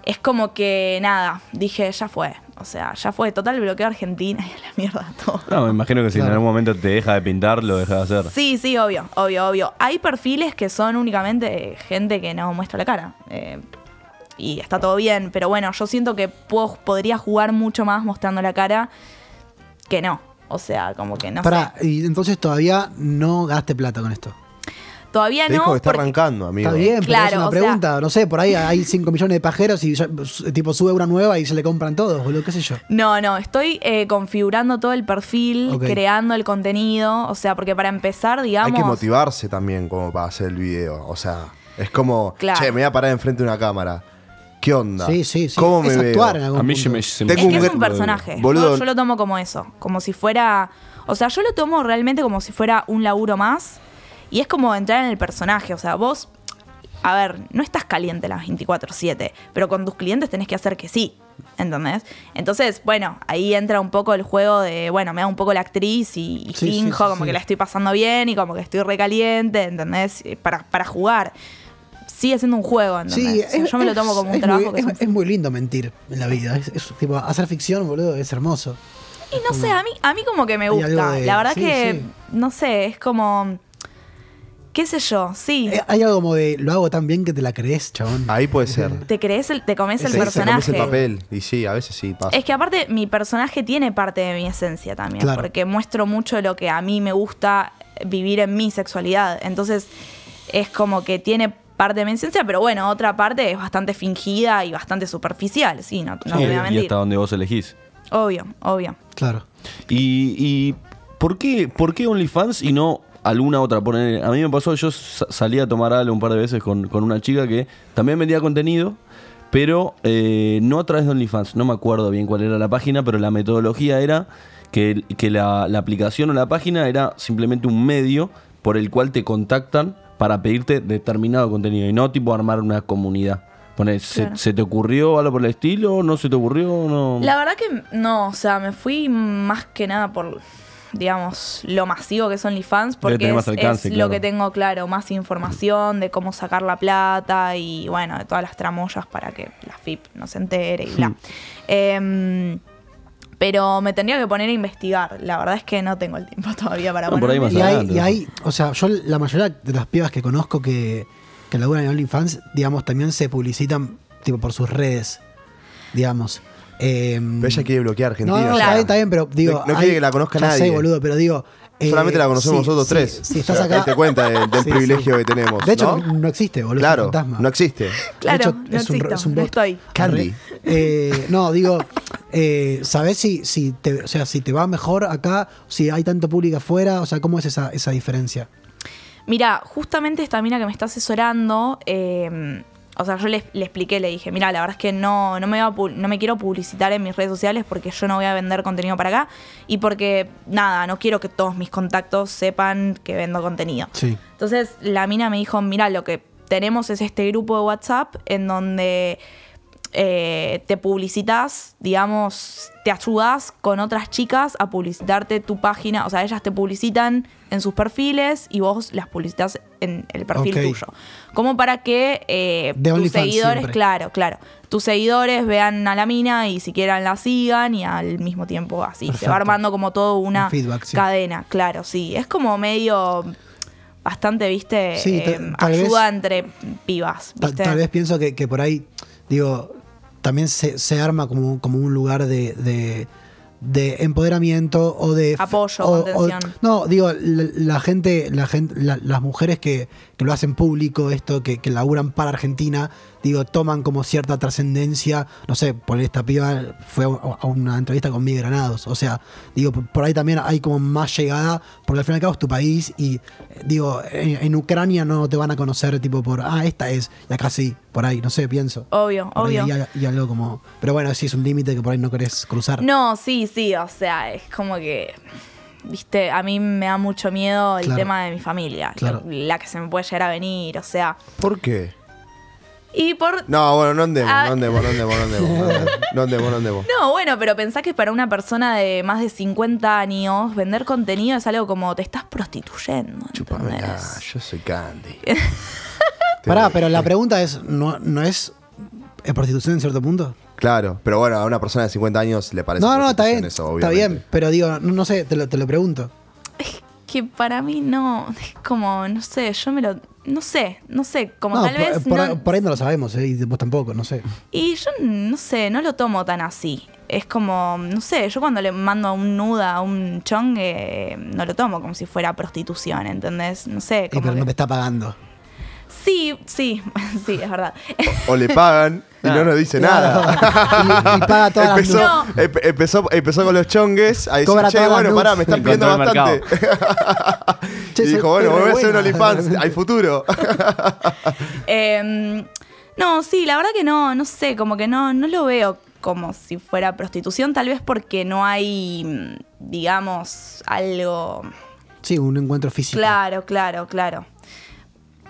Speaker 7: es como que nada, dije, ya fue, o sea, ya fue, total bloqueo a Argentina y a la mierda todo.
Speaker 10: No, me imagino que si en
Speaker 11: Claro.
Speaker 10: algún momento te deja de pintar, lo deja de hacer.
Speaker 7: Sí, sí, obvio, obvio, obvio. Hay perfiles que son únicamente eh, gente que no muestra la cara. eh, y está todo bien, pero bueno, yo siento que puedo- podría jugar mucho más mostrando la cara que no. O sea, como que no
Speaker 11: Pará,
Speaker 7: sé.
Speaker 11: y entonces todavía no gaste plata con esto.
Speaker 7: Todavía
Speaker 9: Te
Speaker 7: no.
Speaker 9: dijo que está
Speaker 7: porque-
Speaker 9: arrancando, amigo.
Speaker 11: Está bien, pero
Speaker 7: Claro,
Speaker 11: es una
Speaker 7: o sea-
Speaker 11: pregunta. no sé, por ahí hay 5 millones de pajeros y ya, tipo sube una nueva y se le compran todos, boludo, qué sé yo.
Speaker 7: No, no, estoy eh, configurando todo el perfil,
Speaker 11: Ok.
Speaker 7: creando el contenido. O sea, porque para empezar, digamos.
Speaker 9: Hay que motivarse también como para hacer el video. O sea, es como,
Speaker 7: Claro.
Speaker 9: che, me voy a parar enfrente de una cámara. ¿Qué onda?
Speaker 11: Sí, sí, sí.
Speaker 9: ¿Cómo
Speaker 11: Es
Speaker 9: me
Speaker 11: actuar
Speaker 9: veo?
Speaker 11: en algún A mí se punto. me-
Speaker 7: Es que es
Speaker 9: gran-
Speaker 7: un personaje.
Speaker 9: Boludo,
Speaker 7: Yo, yo lo tomo como eso, como si fuera... O sea, yo lo tomo realmente como si fuera un laburo más y es como entrar en el personaje. O sea, vos, a ver, no estás caliente las 24/7, pero con tus clientes tenés que hacer que sí, ¿entendés? Entonces, bueno, ahí entra un poco el juego de, bueno, me da un poco la actriz y, y
Speaker 13: Sí, sí,
Speaker 7: finjo
Speaker 13: sí,
Speaker 7: como
Speaker 13: sí.
Speaker 7: que la estoy pasando bien y como que estoy recaliente, ¿entendés? Eh, Para, para jugar. Sigue siendo un juego, ¿entendés?
Speaker 11: Sí,
Speaker 7: O sea,
Speaker 11: es-
Speaker 7: yo me lo
Speaker 11: es-
Speaker 7: tomo como un
Speaker 11: es
Speaker 7: trabajo
Speaker 11: muy,
Speaker 7: que es
Speaker 11: es,
Speaker 7: un
Speaker 11: es muy lindo mentir en la vida. Es, es tipo, hacer ficción, boludo, es hermoso.
Speaker 7: Y no sé, a mí, a mí como que me
Speaker 11: Hay
Speaker 7: gusta.
Speaker 11: algo de-
Speaker 7: la verdad
Speaker 11: sí,
Speaker 7: que,
Speaker 11: sí.
Speaker 7: no sé, es como. ¿Qué sé yo? Sí.
Speaker 11: Eh, Hay algo como de lo hago tan bien que te la crees, chabón.
Speaker 9: Ahí puede ser.
Speaker 7: Te crees, el, te comes el
Speaker 9: Sí, se
Speaker 7: personaje.
Speaker 9: conoce el papel. Y sí, a veces sí pasa.
Speaker 7: Es que aparte mi personaje tiene parte de mi esencia también,
Speaker 9: Claro.
Speaker 7: porque muestro mucho lo que a mí me gusta vivir en mi sexualidad. Entonces es como que tiene parte de mi esencia, pero bueno, otra parte es bastante fingida y bastante superficial, sí, no, no te voy a
Speaker 10: y
Speaker 7: mentir.
Speaker 10: hasta donde vos elegís.
Speaker 7: Obvio, obvio.
Speaker 11: Claro.
Speaker 10: ¿Y, y por, qué, por qué OnlyFans y no alguna otra? Poner, a mí me pasó, yo sa- salí a tomar algo un par de veces con, con una chica que también vendía contenido, pero eh, no a través de OnlyFans. No me acuerdo bien cuál era la página, pero la metodología era que, que la, la aplicación o la página era simplemente un medio por el cual te contactan para pedirte determinado contenido y no tipo armar una comunidad. Poner, ¿se-
Speaker 7: Claro.
Speaker 10: ¿se, te ocurrió algo por el estilo? ¿No se te ocurrió? No.
Speaker 7: La verdad que no, o sea, me fui más que nada por, digamos, lo masivo que son fans porque
Speaker 10: tener
Speaker 7: es,
Speaker 10: más alcance,
Speaker 7: es
Speaker 10: claro.
Speaker 7: lo que tengo claro, más información de cómo sacar la plata y, bueno, de todas las tramoyas para que la FIP no se entere y
Speaker 10: Hmm.
Speaker 7: bla. Em, pero me tendría que poner a investigar. La verdad es que no tengo el tiempo todavía para ponerme.
Speaker 9: Pues
Speaker 11: y, hay, y hay- o sea, yo la mayoría de las pibas que conozco que, que laburan en OnlyFans, digamos, también se publicitan tipo por sus redes, digamos. Em, pero
Speaker 9: ella quiere bloquear Argentina.
Speaker 11: No,
Speaker 9: ya.
Speaker 11: no, está bien, está bien, pero digo.
Speaker 9: No- no quiere que la conozca
Speaker 11: ya
Speaker 9: nadie.
Speaker 11: sé, boludo, pero digo. eh,
Speaker 9: Solamente la conocemos
Speaker 11: sí,
Speaker 9: nosotros
Speaker 11: sí,
Speaker 9: tres.
Speaker 11: Sí, estás
Speaker 9: O sea,
Speaker 11: acá.
Speaker 9: Date cuenta de- del
Speaker 11: Sí,
Speaker 9: privilegio que tenemos.
Speaker 11: De hecho,
Speaker 9: ¿no?
Speaker 11: no, existe, boludo.
Speaker 9: claro,
Speaker 11: es un fantasma.
Speaker 9: no existe.
Speaker 7: Claro,
Speaker 11: De hecho,
Speaker 7: no
Speaker 11: es un,
Speaker 7: existo,
Speaker 11: es un
Speaker 7: no
Speaker 11: bot.
Speaker 7: estoy.
Speaker 9: Candy.
Speaker 11: Eh, no, digo, eh, ¿sabés si, si, te, o sea, si te va mejor acá? Si hay tanto público afuera, o sea, ¿cómo es esa, esa diferencia?
Speaker 7: Mira, justamente esta mina que me está asesorando, eh, o sea, yo le, le expliqué, le dije, mira, la verdad es que no, no, me va a pu- no me quiero publicitar en mis redes sociales porque yo no voy a vender contenido para acá y porque, nada, no quiero que todos mis contactos sepan que vendo contenido.
Speaker 11: Sí.
Speaker 7: Entonces la mina me dijo, mira, lo que tenemos es este grupo de WhatsApp en donde eh, te publicitas, digamos, te ayudas con otras chicas a publicitarte tu página, o sea, ellas te publicitan en sus perfiles y vos las publicitas en el perfil
Speaker 11: Ok.
Speaker 7: tuyo. Como para que eh,
Speaker 11: De
Speaker 7: tus
Speaker 11: OnlyFans
Speaker 7: seguidores,
Speaker 11: siempre.
Speaker 7: claro, claro, tus seguidores vean a la mina y si quieran la sigan y al mismo tiempo así. Se
Speaker 11: Perfecto.
Speaker 7: va armando como todo una
Speaker 11: Un feedback, sí.
Speaker 7: cadena, claro, sí. Es como medio bastante, viste,
Speaker 11: Sí, ta-
Speaker 7: Em,
Speaker 11: tal vez-
Speaker 7: ayuda entre pibas,
Speaker 11: Ta-
Speaker 7: viste.
Speaker 11: tal vez pienso que, que por ahí, digo, también se, se arma como, como un lugar de, de- de empoderamiento o de...
Speaker 7: Apoyo,
Speaker 11: o- o-
Speaker 7: contención.
Speaker 11: no, digo, la, la gente, la gente la- las mujeres que, que lo hacen público, esto, que, que laburan para Argentina, digo, toman como cierta trascendencia, no sé, por esta piba fue a, a una entrevista con Mi Granados, o sea, digo, por, por ahí también hay como más llegada, porque al fin y al cabo es tu país y, eh, digo, en, en Ucrania no te van a conocer tipo por, ah, esta es, y acá sí, por ahí, no sé, pienso.
Speaker 7: Obvio,
Speaker 11: Por ahí
Speaker 7: obvio.
Speaker 11: hay- hay algo como, pero bueno, sí, es un límite que por ahí no querés cruzar.
Speaker 7: No, sí, sí, o sea, es como que, viste, a mí me da mucho miedo el
Speaker 11: Claro.
Speaker 7: tema de mi familia,
Speaker 9: Claro.
Speaker 7: la que se me puede llegar a venir, o sea.
Speaker 9: ¿Por qué?
Speaker 7: Y por...
Speaker 9: No, bueno, no andemos,
Speaker 7: Ah.
Speaker 9: no andemos, no andemos, no andemos. no andemos, No andemos, no andemos.
Speaker 7: No, bueno, pero pensá que para una persona de más de 50 años, vender contenido es algo como te estás prostituyendo.
Speaker 9: Chúpame, ah, yo soy Candy. Este,
Speaker 11: Pará, pero
Speaker 9: eh,
Speaker 11: la pregunta es, ¿no, no es eh, prostitución en cierto punto?
Speaker 9: Claro, pero bueno, a una persona de 50 años le parece
Speaker 11: no, no, está
Speaker 9: prostitución
Speaker 11: bien.
Speaker 9: eso,
Speaker 11: está
Speaker 9: obviamente.
Speaker 11: bien, pero digo, no, no sé, te lo, te lo pregunto.
Speaker 7: Que para mí no, es como, no sé, yo me lo... No sé, no sé, como
Speaker 11: no,
Speaker 7: tal
Speaker 11: por,
Speaker 7: vez...
Speaker 11: por-
Speaker 7: no-
Speaker 11: por ahí no lo sabemos, eh, y vos tampoco, no sé.
Speaker 7: Y yo no sé, no lo tomo tan así. Es como, no sé, yo cuando le mando a un nuda, a un chong, eh, no lo tomo como si fuera prostitución, ¿entendés? No sé.
Speaker 11: Eh,
Speaker 7: Como
Speaker 11: pero
Speaker 7: que-
Speaker 11: no me está pagando.
Speaker 7: Sí, sí, sí, es verdad.
Speaker 9: O le pagan y no nos dice nada.
Speaker 11: Y- y paga todas las
Speaker 9: empezó,
Speaker 7: dudas.
Speaker 9: empe- empezó, empezó con los chongues. Ahí dice,
Speaker 11: Cobra
Speaker 9: che,
Speaker 11: todas las
Speaker 9: bueno,
Speaker 11: nudes".
Speaker 9: pará, me están pidiendo
Speaker 10: Encontró el
Speaker 9: bastante.
Speaker 11: Che,
Speaker 9: y
Speaker 11: soy-
Speaker 9: dijo, bueno,
Speaker 11: soy re
Speaker 9: voy a hacer un
Speaker 11: buena.
Speaker 9: OnlyFans, hay futuro.
Speaker 7: Eh, No, sí, la verdad que no, no sé, como que no, no lo veo como si fuera prostitución, tal vez porque no hay, mm, digamos, algo...
Speaker 11: Sí, un encuentro físico.
Speaker 7: Claro, claro, claro.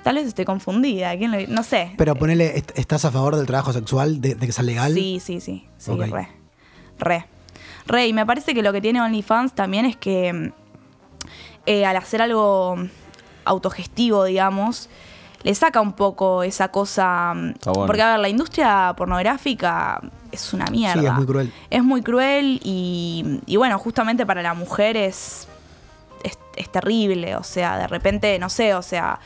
Speaker 7: Tal vez estoy confundida, ¿quién lo- no sé.
Speaker 11: Pero ponele, est- ¿estás a favor del trabajo sexual, de, de que sea legal?
Speaker 7: Sí, sí, sí, sí,
Speaker 11: Ok.
Speaker 7: re. Re. Re, y me parece que lo que tiene OnlyFans también es que mm, eh, al hacer algo mm, autogestivo, digamos, le saca un poco esa cosa. mm,
Speaker 13: Está bueno.
Speaker 7: Porque, a ver, la industria pornográfica es una mierda.
Speaker 13: Sí, es muy cruel.
Speaker 7: Es muy cruel y, y bueno, justamente para la mujer es, es, es terrible. O sea, de repente, no sé, o sea,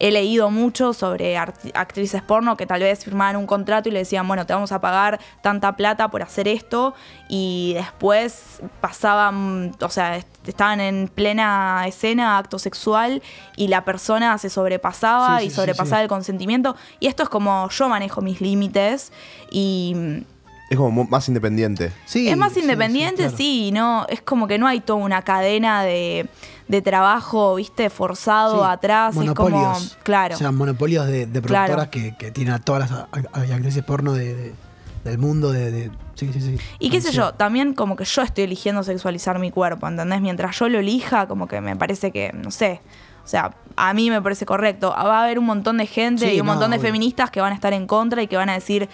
Speaker 7: he leído mucho sobre arti- actrices porno que tal vez firmaban un contrato y le decían, bueno, te vamos a pagar tanta plata por hacer esto y después pasaban, o sea, est- estaban en plena escena, acto sexual y la persona se sobrepasaba
Speaker 13: Sí, sí,
Speaker 7: y
Speaker 13: sí,
Speaker 7: sobrepasaba
Speaker 13: sí.
Speaker 7: el consentimiento y esto es como yo manejo mis límites y mm,
Speaker 9: Es como mu- más independiente.
Speaker 7: es más independiente, sí, y no, es como que no hay toda una cadena de, de trabajo, viste, forzado atrás,
Speaker 11: Monopolios.
Speaker 7: es como, claro.
Speaker 11: O sea, monopolios de, de
Speaker 7: Claro.
Speaker 11: productoras que, que tienen a todas las a- a- actrices porno de- de- del mundo. De, de- sí, sí, Ah, sí.
Speaker 7: Y qué sé
Speaker 11: Ansia.
Speaker 7: yo, también como que yo estoy eligiendo sexualizar mi cuerpo, ¿entendés? Mientras yo lo elija, como que me parece que, no sé, o sea, a mí me parece correcto. Ah, Va a haber un montón de gente
Speaker 13: Sí,
Speaker 7: y un
Speaker 13: no,
Speaker 7: montón de
Speaker 13: obvio.
Speaker 7: feministas que van a estar en contra y que van a decir,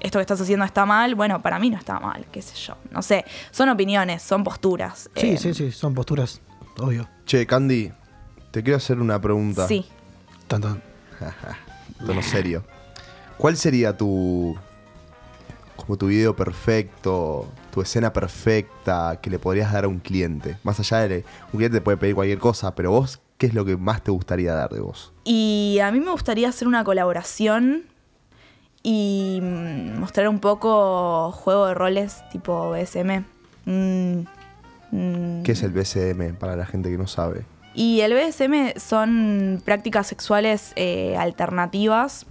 Speaker 7: esto que estás haciendo está mal. Bueno, para mí no está mal, qué sé yo. No sé, son opiniones, son posturas.
Speaker 11: Sí,
Speaker 7: Eh,
Speaker 11: sí, sí, son posturas, obvio.
Speaker 9: Che, Candy, te quiero hacer una pregunta.
Speaker 7: Sí.
Speaker 11: Tan, tan.
Speaker 9: Tono serio. ¿Cuál sería tu. como tu video perfecto, tu escena perfecta que le podrías dar a un cliente? Más allá de. un cliente te puede pedir cualquier cosa, pero vos, ¿qué es lo que más te gustaría dar de vos?
Speaker 7: Y a mí me gustaría hacer una colaboración y mm, mostrar un poco juego de roles tipo BSM. Mm, mm.
Speaker 9: ¿Qué es el BCM para la gente que no sabe?
Speaker 7: Y el BSM son prácticas sexuales eh, alternativas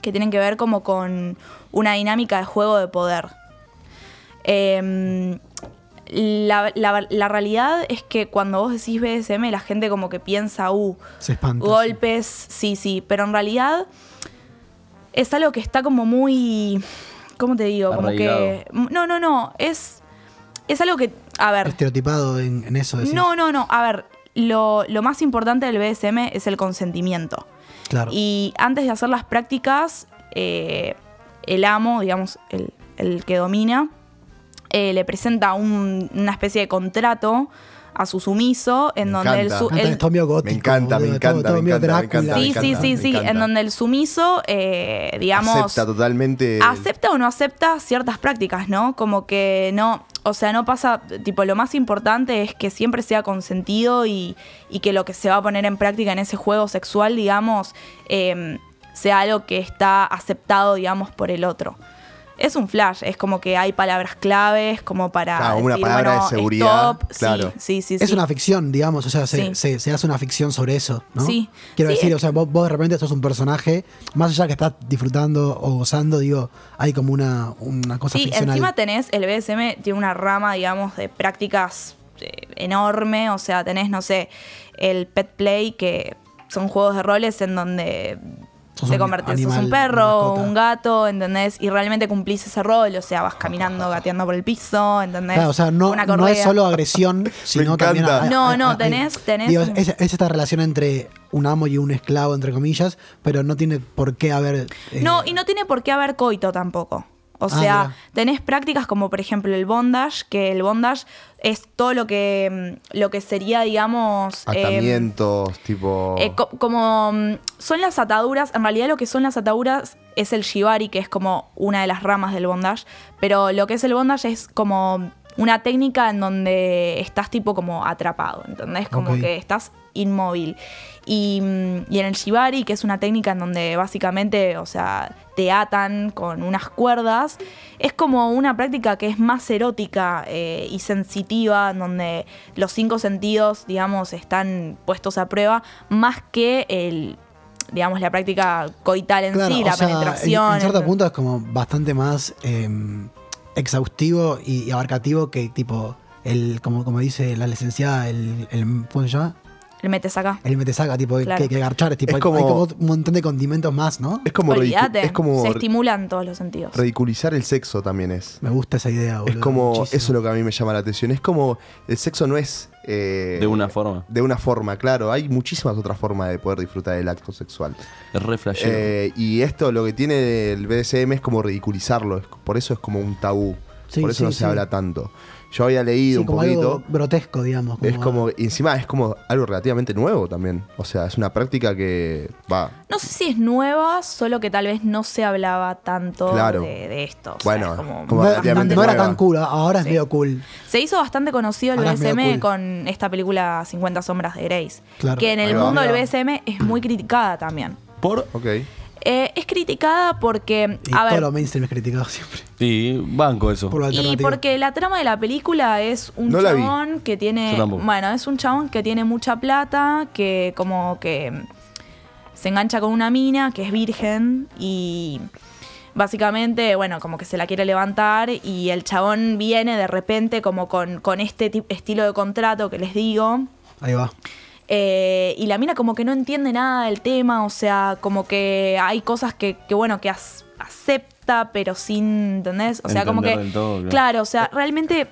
Speaker 7: que tienen que ver como con una dinámica de juego de poder. Em, la, la- la realidad es que cuando vos decís BSM la gente como que piensa, uh,
Speaker 11: Se espanta.
Speaker 7: golpes, sí, sí, pero en realidad es algo que está como muy, ¿cómo te digo? Como que... No, no, no, es, es algo que, a ver,
Speaker 11: Estereotipado en, en eso. Este decís.
Speaker 7: no, no, no. A ver, lo, lo más importante del BSM es el consentimiento.
Speaker 11: Claro.
Speaker 7: Y antes de hacer las prácticas, eh, el amo, digamos, el, el que domina, eh, le presenta un- una especie de contrato a su sumiso en donde el, su-
Speaker 11: Me encanta,
Speaker 7: el-
Speaker 11: esto es medio gótico,
Speaker 9: Me encanta, me
Speaker 11: boludo, todo-
Speaker 9: encanta,
Speaker 11: todo
Speaker 9: me
Speaker 11: medio
Speaker 9: encanta, me
Speaker 11: Drácula.
Speaker 9: encanta.
Speaker 7: Sí,
Speaker 9: me
Speaker 7: sí,
Speaker 9: encanta,
Speaker 7: sí,
Speaker 9: me
Speaker 7: sí,
Speaker 9: encanta.
Speaker 7: en donde el sumiso, eh, digamos,
Speaker 9: Acepta totalmente.
Speaker 7: acepta o no acepta ciertas prácticas, ¿no? Como que no, o sea, no pasa, tipo, lo más importante es que siempre sea consentido y, y que lo que se va a poner en práctica en ese juego sexual, digamos, eh, sea algo que está aceptado, digamos, por el otro. Es un flash, es como que hay palabras claves como para...
Speaker 9: Claro, una
Speaker 7: decir,
Speaker 9: palabra
Speaker 7: bueno,
Speaker 9: de seguridad,
Speaker 7: stop, sí,
Speaker 9: claro.
Speaker 7: Sí, sí, sí.
Speaker 11: Es una ficción, digamos, o sea, se,
Speaker 7: Sí.
Speaker 11: se- se hace una ficción sobre eso, ¿no?
Speaker 7: Sí.
Speaker 11: Quiero
Speaker 7: Sí,
Speaker 11: decir,
Speaker 7: es-
Speaker 11: o sea, vos, vos de repente sos un personaje, más allá que estás disfrutando o gozando, digo, hay como una, una cosa
Speaker 7: sí,
Speaker 11: ficcional.
Speaker 7: encima tenés, el BSM tiene una rama, digamos, de prácticas eh, enorme, o sea, tenés, no sé, el pet play, que son juegos de roles en donde
Speaker 13: Sos
Speaker 7: te
Speaker 13: un
Speaker 7: convertís, sos
Speaker 13: animal,
Speaker 7: un perro,
Speaker 13: mascota.
Speaker 7: un gato, ¿entendés? Y realmente cumplís ese rol, o sea, vas caminando, gateando por el piso, ¿entendés?
Speaker 11: Claro, o sea, no,
Speaker 7: Una
Speaker 11: no es
Speaker 7: correa.
Speaker 11: solo agresión, sino también...
Speaker 7: encanta.
Speaker 11: hay-
Speaker 7: No,
Speaker 11: hay-
Speaker 7: no,
Speaker 11: hay-
Speaker 7: tenés- tenés
Speaker 11: digo,
Speaker 7: un-
Speaker 11: es, es esta relación entre un amo y un esclavo, entre comillas, pero no tiene por qué haber... eh,
Speaker 7: No, y no tiene por qué haber coito tampoco. O
Speaker 11: Ah,
Speaker 7: sea,
Speaker 11: mirá.
Speaker 7: tenés prácticas como por ejemplo el bondage, que el bondage es todo lo que, mm, lo que sería, digamos... em,
Speaker 9: Atamientos, tipo.
Speaker 7: Eh, co- como mm, son las ataduras, en realidad lo que son las ataduras es el shibari, que es como una de las ramas del bondage, pero lo que es el bondage es como una técnica en donde estás tipo como atrapado, ¿entendés? Como
Speaker 13: Ok.
Speaker 7: que estás inmóvil. Y, mm, y en el shibari, que es una técnica en donde básicamente, o sea, te atan con unas cuerdas, es como una práctica que es más erótica eh, y sensitiva, en donde los cinco sentidos, digamos, están puestos a prueba, más que el, digamos, la práctica coital en
Speaker 11: Claro,
Speaker 7: sí,
Speaker 11: o
Speaker 7: la
Speaker 11: sea, en-
Speaker 7: penetración.
Speaker 11: En, cierto
Speaker 7: entonces-
Speaker 11: punto es como bastante más eh, exhaustivo y, y abarcativo que tipo el, como, como dice la licenciada, el, el- ¿cómo se llama?
Speaker 7: le metes acá.
Speaker 11: El metesaca, tipo,
Speaker 7: Claro.
Speaker 11: que, que garchar, tipo,
Speaker 9: Es
Speaker 11: hay-
Speaker 9: como-
Speaker 11: hay como un montón de condimentos más, ¿no?
Speaker 9: Es como, ridicu-
Speaker 7: Olvídate,
Speaker 9: es como
Speaker 7: se
Speaker 9: ri-
Speaker 7: estimulan todos los sentidos.
Speaker 9: ridiculizar el sexo también es.
Speaker 11: Me gusta esa idea,
Speaker 9: Es como, eso es lo que a mí me llama la atención. Es como, el sexo no es... eh,
Speaker 10: De una forma.
Speaker 9: De una forma, claro. Hay muchísimas otras formas de poder disfrutar del acto sexual.
Speaker 10: Es re flashero.
Speaker 9: Eh, y esto, lo que tiene del BDSM es como ridiculizarlo. es- Por eso es como un tabú.
Speaker 11: Sí,
Speaker 9: por eso
Speaker 11: sí,
Speaker 9: no
Speaker 11: sí.
Speaker 9: se habla tanto. Yo había leído
Speaker 11: Sí,
Speaker 9: un
Speaker 11: como
Speaker 9: poquito.
Speaker 11: algo grotesco, digamos.
Speaker 9: Es como, y encima es como algo relativamente nuevo también. O sea, es una práctica que va.
Speaker 7: No sé si es nueva, solo que tal vez no se hablaba tanto
Speaker 9: Claro.
Speaker 7: de, de esto. o sea,
Speaker 9: Bueno,
Speaker 7: es como-
Speaker 9: como
Speaker 11: no,
Speaker 9: relativamente
Speaker 11: no era
Speaker 9: nueva.
Speaker 11: tan cool, ¿eh? ahora es medio cool.
Speaker 7: Se hizo bastante conocido el
Speaker 11: Ahora es medio
Speaker 7: BSM
Speaker 11: cool.
Speaker 7: con esta película 50 sombras de Grace,
Speaker 11: Claro.
Speaker 7: que en
Speaker 11: Ahí
Speaker 7: el
Speaker 11: va.
Speaker 7: mundo del
Speaker 11: Mira.
Speaker 7: BSM es muy criticada también.
Speaker 10: ¿Por?
Speaker 9: Ok.
Speaker 7: Eh, es criticada porque,
Speaker 11: Y
Speaker 7: a
Speaker 11: todo
Speaker 7: ver,
Speaker 11: lo mainstream es criticado siempre.
Speaker 10: Sí, banco eso.
Speaker 11: Por lo
Speaker 7: Y
Speaker 11: alternativo.
Speaker 7: porque la trama de la película es un
Speaker 10: No la vi.
Speaker 7: chabón que tiene.
Speaker 10: Yo tampoco.
Speaker 7: Bueno, es un chabón que tiene mucha plata, que como que se engancha con una mina que es virgen y. Básicamente, bueno, como que se la quiere levantar y el chabón viene de repente como con, con este ti- estilo de contrato que les digo.
Speaker 11: Ahí va.
Speaker 7: Eh, y la mina como que no entiende nada del tema, o sea, como que hay cosas que, que, bueno, que as- acepta, pero sin, ¿entendés? O sea, como que...
Speaker 10: Entender del todo, claro.
Speaker 7: Claro, o sea, realmente,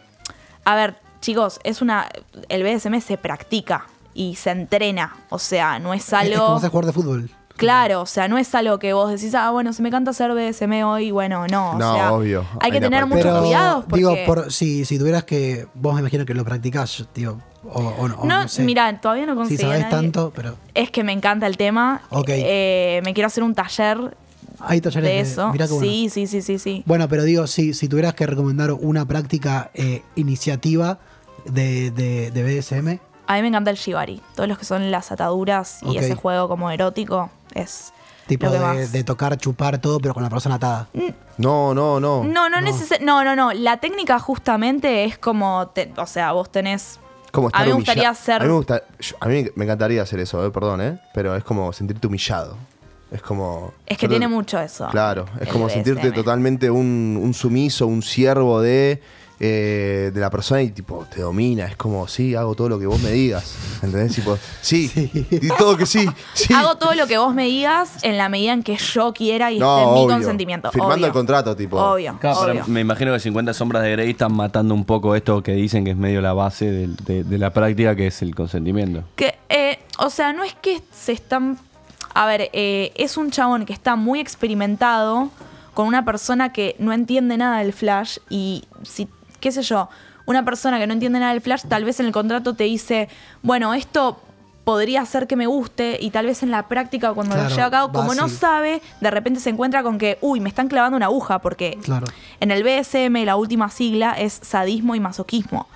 Speaker 7: a ver, chicos, es una... El BDSM se practica y se entrena, o sea, no es
Speaker 11: Es, es como
Speaker 7: algo...
Speaker 11: hacer jugar de fútbol.
Speaker 7: Claro, o sea, no es algo que vos decís, ah, bueno, se me canta hacer BDSM hoy, bueno, no, o
Speaker 11: No,
Speaker 7: sea,
Speaker 11: obvio,
Speaker 7: hay que
Speaker 9: hay la
Speaker 7: tener muchos
Speaker 9: práctica.
Speaker 11: Pero,
Speaker 7: cuidados porque...
Speaker 11: digo, por, si, si tuvieras que. Vos me imagino que lo practicás, yo, digo. O, o no, o
Speaker 7: no,
Speaker 11: no sé.
Speaker 7: mirá, todavía no
Speaker 11: si
Speaker 7: conseguí a
Speaker 11: sabés
Speaker 7: nadie.
Speaker 11: tanto, pero.
Speaker 7: Es que me encanta el tema.
Speaker 11: Ok.
Speaker 7: Eh, me quiero hacer un taller
Speaker 11: Hay talleres
Speaker 7: de
Speaker 11: de-
Speaker 7: eso.
Speaker 11: mirá qué bueno.
Speaker 7: sí, sí, sí, sí, sí.
Speaker 11: Bueno, pero digo, si, si tuvieras que recomendar una práctica eh, iniciativa de, de, de BDSM,
Speaker 7: A mí me encanta el shibari. Todos los que son las ataduras y
Speaker 11: Ok.
Speaker 7: ese juego como erótico es
Speaker 11: tipo
Speaker 7: lo que
Speaker 11: de,
Speaker 7: más.
Speaker 11: de tocar, chupar todo, pero con la persona atada.
Speaker 9: No, no, no.
Speaker 7: No, no, necesar- no, no, no. La técnica justamente es como, te- o sea, vos tenés.
Speaker 9: Como estar
Speaker 7: a mí me gustaría
Speaker 9: humilla-
Speaker 7: hacer.
Speaker 9: A mí me, gusta- yo- a mí me encantaría hacer eso, eh, perdón, ¿eh? Pero es como sentirte humillado. Es como.
Speaker 7: Es que
Speaker 9: yo lo-
Speaker 7: tiene mucho eso.
Speaker 9: Claro, es
Speaker 7: el
Speaker 9: como
Speaker 7: BDSM.
Speaker 9: sentirte totalmente un, un sumiso, un siervo de, eh, de la persona y tipo, te domina. Es como, sí, hago todo lo que vos me digas. ¿Entendés? Tipo, sí, y todo que sí, sí.
Speaker 7: Hago todo lo que vos me digas en la medida en que yo quiera y esté en mi consentimiento.
Speaker 10: Firmando
Speaker 7: obvio.
Speaker 10: el contrato, tipo.
Speaker 7: Obvio.
Speaker 10: Claro, pero
Speaker 7: obvio.
Speaker 10: me imagino que 50 sombras de Grey están matando un poco esto que dicen que es medio la base del- de, de la práctica, que es el consentimiento.
Speaker 7: Que, eh, o sea, no es que se están. A ver, eh, es un chabón que está muy experimentado con una persona que no entiende nada del flash y si, qué sé yo, una persona que no entiende nada del flash, tal vez en el contrato te dice, bueno, esto podría hacer que me guste y tal vez en la práctica cuando lo
Speaker 13: Claro,
Speaker 7: lleva a cabo,
Speaker 13: va
Speaker 7: como no
Speaker 13: así.
Speaker 7: sabe, de repente se encuentra con que, uy, me están clavando una aguja porque
Speaker 13: Claro.
Speaker 7: en el BSM la última sigla es sadismo y masoquismo.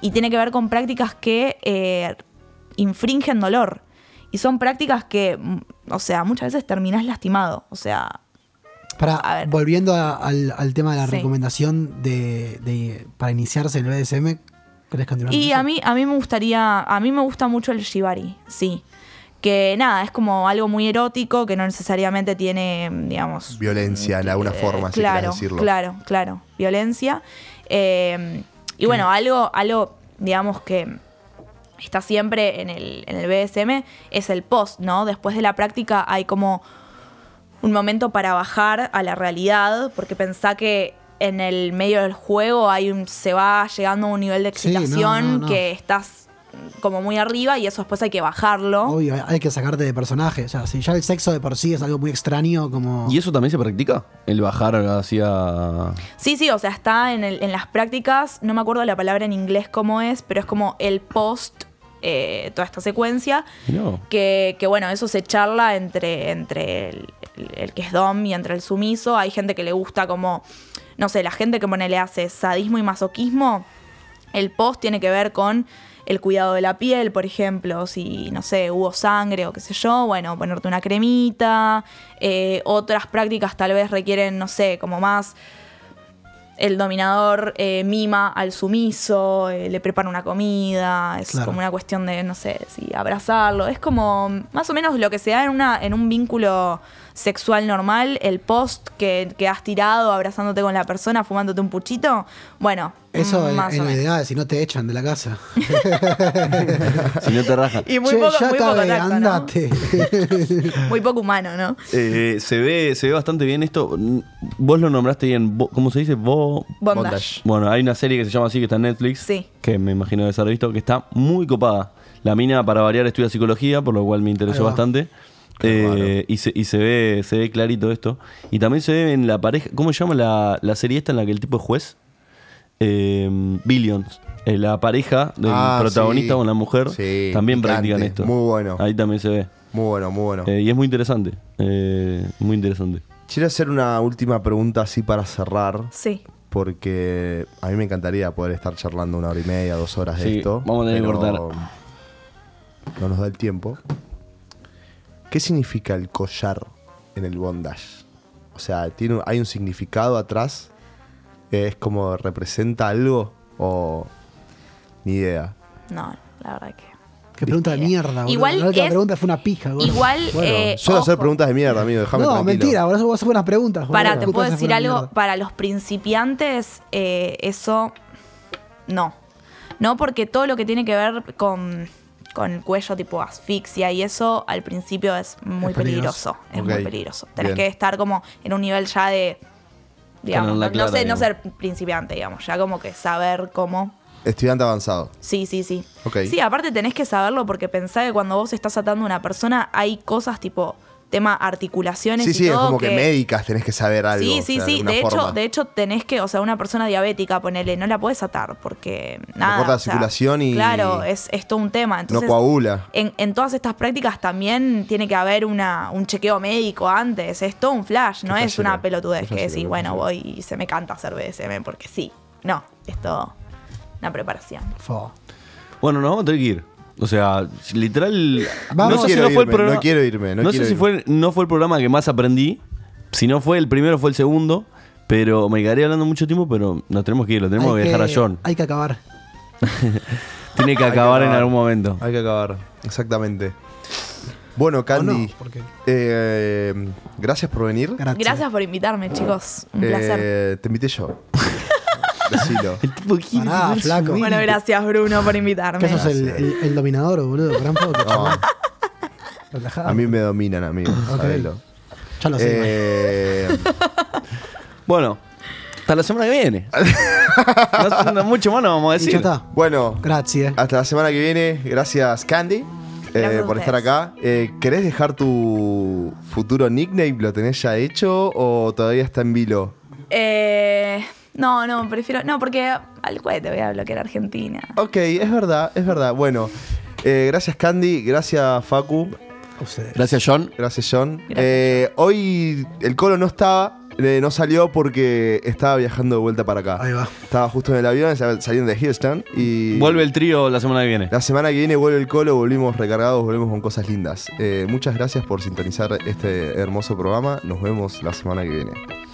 Speaker 7: Y tiene que ver con prácticas que eh, infringen dolor. Y son prácticas que, mm, o sea, muchas veces terminás lastimado. O sea,
Speaker 11: Para, volviendo a- al, al tema de la
Speaker 7: Sí.
Speaker 11: recomendación de, de- para iniciarse en el BDSM, ¿querés continuar?
Speaker 7: y a mí, a mí me gustaría, a mí me gusta mucho el shibari, sí. Que nada, es como algo muy erótico que no necesariamente tiene, mm, digamos,
Speaker 9: Violencia en alguna
Speaker 7: eh,
Speaker 9: forma, si
Speaker 7: claro,
Speaker 9: querés decirlo.
Speaker 7: Claro, claro, violencia. Eh, y bueno, algo, algo, digamos que está siempre en el, en el BSM es el post, ¿no? Después de la práctica hay como un momento para bajar a la realidad, porque pensá que en el medio del juego hay un, se va llegando a un nivel de
Speaker 11: Sí, no,
Speaker 7: excitación
Speaker 11: no, no.
Speaker 7: que estás como muy arriba y eso después hay que bajarlo.
Speaker 11: Obvio, hay- hay que sacarte de personaje. O sea, si ya el sexo de por sí es algo muy extraño, como.
Speaker 10: ¿Y eso también se practica? El bajar hacia.
Speaker 7: Sí, sí, o sea, está en, el- en las prácticas, no me acuerdo la palabra en inglés cómo es, pero es como el post, eh, toda esta secuencia,
Speaker 10: No.
Speaker 7: que, que, bueno, eso se charla entre, entre el, el- el que es dom y entre el sumiso. Hay gente que le gusta como, no sé, la gente que pone, le hace sadismo y masoquismo, el post tiene que ver con el cuidado de la piel, por ejemplo, si, no sé, hubo sangre o qué sé yo, bueno, ponerte una cremita, Eh, otras prácticas tal vez requieren, no sé, como más el dominador eh, mima al sumiso, eh, le prepara una comida, es
Speaker 13: Claro.
Speaker 7: como una cuestión de, no sé, si abrazarlo, es como más o menos lo que se da en, una, en un vínculo sexual normal, el post que, que has tirado abrazándote con la persona, fumándote un puchito, bueno, mm,
Speaker 11: Eso es,
Speaker 13: Más
Speaker 11: es
Speaker 13: o
Speaker 11: lo
Speaker 13: menos.
Speaker 11: ideal, si no te echan de la casa.
Speaker 10: Si no te rajan.
Speaker 7: Y muy
Speaker 11: Che,
Speaker 7: poco-
Speaker 11: ya
Speaker 7: muy
Speaker 11: acabé,
Speaker 7: poco tacto, ¿no?
Speaker 11: andate.
Speaker 7: Muy poco humano, ¿no?
Speaker 10: Eh, se, ve, se ve bastante bien esto. N- Vos lo nombraste bien. Bo- ¿Cómo se dice? Bo-
Speaker 7: Bondage. Bondage.
Speaker 10: Bueno, hay una serie que se llama así que está en Netflix.
Speaker 7: Sí.
Speaker 10: Que me imagino de ser visto, que está muy copada. La mina, para variar, estudia psicología, por lo cual me interesó
Speaker 14: Ahí va.
Speaker 10: bastante. Eh, y se, y se ve se ve clarito esto. Y también se ve en la pareja. ¿Cómo se llama la, la serie esta en la que el tipo es juez? Eh, Billions. Eh, la pareja del
Speaker 9: Ah,
Speaker 10: protagonista
Speaker 9: sí.
Speaker 10: con la mujer
Speaker 9: Sí,
Speaker 10: también
Speaker 9: picante,
Speaker 10: practican esto.
Speaker 9: muy bueno.
Speaker 10: Ahí también se ve.
Speaker 9: Muy bueno, muy bueno.
Speaker 10: Eh, y es muy interesante. eh, muy interesante.
Speaker 9: Quiero hacer una última pregunta así para cerrar.
Speaker 7: Sí.
Speaker 9: Porque a mí me encantaría poder estar charlando una hora y media, dos horas de
Speaker 10: Sí,
Speaker 9: esto.
Speaker 10: vamos a tener que
Speaker 9: pero
Speaker 10: cortar.
Speaker 9: No nos da el tiempo. ¿Qué significa el collar en el bondage? O sea, ¿tiene, un- ¿hay un significado atrás? ¿Es como representa algo? ¿O ni idea?
Speaker 7: No, la verdad que.
Speaker 11: Qué pregunta de mierda, boludo.
Speaker 7: Igual
Speaker 11: la última
Speaker 7: es-
Speaker 11: pregunta fue una pija, boludo.
Speaker 7: igual, Bueno, eh,
Speaker 9: Suelo hacer preguntas de mierda, amigo. Déjame
Speaker 11: no,
Speaker 9: tranquilo.
Speaker 11: mentira, boludo. Vos haces buenas preguntas, boludo.
Speaker 7: Para, te
Speaker 11: Justo
Speaker 7: puedo
Speaker 11: esas
Speaker 7: decir
Speaker 11: fueron
Speaker 7: algo,
Speaker 11: mierda.
Speaker 7: para los principiantes, eh, eso no. No, porque todo lo que tiene que ver con, con el cuello tipo asfixia y eso al principio es muy
Speaker 13: Es
Speaker 7: peligroso.
Speaker 13: peligroso.
Speaker 7: Es
Speaker 13: Ok,
Speaker 7: muy peligroso. Tenés
Speaker 13: bien.
Speaker 7: que estar como en un nivel ya de, digamos,
Speaker 9: Tenerla
Speaker 7: no,
Speaker 9: clara,
Speaker 7: sé,
Speaker 9: digamos.
Speaker 7: no ser principiante, digamos, ya como que saber cómo.
Speaker 9: Estudiante avanzado.
Speaker 7: Sí, sí, sí.
Speaker 9: Ok.
Speaker 7: Sí, aparte tenés que saberlo porque pensá que cuando vos estás atando a una persona hay cosas tipo tema articulaciones
Speaker 9: Sí,
Speaker 7: y
Speaker 9: sí, es
Speaker 7: todo
Speaker 9: como que,
Speaker 7: que
Speaker 9: médicas tenés que saber algo.
Speaker 7: Sí,
Speaker 9: o
Speaker 7: sí,
Speaker 9: sea,
Speaker 7: sí.
Speaker 9: alguna
Speaker 7: De hecho,
Speaker 9: forma.
Speaker 7: de hecho, tenés que, o sea, una persona diabética, ponele, no la puedes atar porque nada.
Speaker 9: corta la
Speaker 7: o sea,
Speaker 9: circulación y-
Speaker 7: Claro, es, es todo un tema. Entonces,
Speaker 9: no coagula.
Speaker 7: En, en todas estas prácticas también tiene que haber una, un chequeo médico antes. Es todo un flash, no
Speaker 13: Qué
Speaker 7: es
Speaker 13: flashero,
Speaker 7: una pelotudez
Speaker 13: qué
Speaker 7: que
Speaker 13: flashero,
Speaker 7: decís,
Speaker 13: qué
Speaker 7: bueno,
Speaker 13: flashero.
Speaker 7: voy y se me canta hacer BDSM porque sí. No, es todo una preparación.
Speaker 10: Bueno, nos vamos a tener que ir. O sea, literal.
Speaker 9: Vamos.
Speaker 10: no sé si
Speaker 9: Quiero
Speaker 10: no fue el
Speaker 9: irme,
Speaker 10: programa.
Speaker 9: no quiero irme, no
Speaker 10: No
Speaker 9: quiero
Speaker 10: sé si
Speaker 9: irme.
Speaker 10: fue, no fue el programa que más aprendí. Si no fue el primero, fue el segundo. Pero me quedaría hablando mucho tiempo, pero nos tenemos que ir. Lo tenemos que
Speaker 11: Hay
Speaker 10: dejar a
Speaker 11: que-
Speaker 10: John.
Speaker 11: Hay que acabar.
Speaker 10: Tiene que
Speaker 9: Hay que
Speaker 10: acabar en
Speaker 9: acabar.
Speaker 10: algún momento.
Speaker 9: Hay que acabar, exactamente. Bueno, Candy, eh, gracias por venir.
Speaker 7: Gracias por invitarme, chicos. Un placer.
Speaker 9: Ah, Eh, te invité yo. Decilo.
Speaker 11: Pará, flaco.
Speaker 7: Bueno, gracias, Bruno, por invitarme.
Speaker 11: ¿Qué sos el, el, el dominador, boludo? Gran poco, chaval. Relajado.
Speaker 9: A mí me dominan, amigo.
Speaker 11: Ok.
Speaker 9: sabelo.
Speaker 11: Ya lo sé.
Speaker 9: Eh,
Speaker 10: Bueno, hasta la semana que viene. no, no, mucho más no vamos a decir.
Speaker 9: Bueno,
Speaker 11: Ah.
Speaker 9: Ah.
Speaker 11: gracias.
Speaker 9: Hasta la semana que viene. Gracias, Candy, eh,
Speaker 10: Gracias a
Speaker 9: por estar
Speaker 10: ustedes.
Speaker 9: acá. Eh, ¿Querés dejar tu futuro nickname? ¿Lo tenés ya hecho o todavía está en vilo?
Speaker 7: Eh, no, no, prefiero. No, porque al cohete voy a bloquear Argentina.
Speaker 9: Ok, es verdad, es verdad. Bueno, eh, gracias Candy, gracias Facu.
Speaker 10: Gracias John.
Speaker 9: Gracias John. Eh, hoy el colo no estaba, eh, no salió porque estaba viajando de vuelta para acá. Ahí va. Estaba justo en el avión, sal- saliendo de Houston y...
Speaker 10: Vuelve el trío la semana que viene.
Speaker 9: La semana que viene vuelve el colo, volvimos recargados, volvemos con cosas lindas. Eh, muchas gracias por sintonizar este hermoso programa. Nos vemos la semana que viene.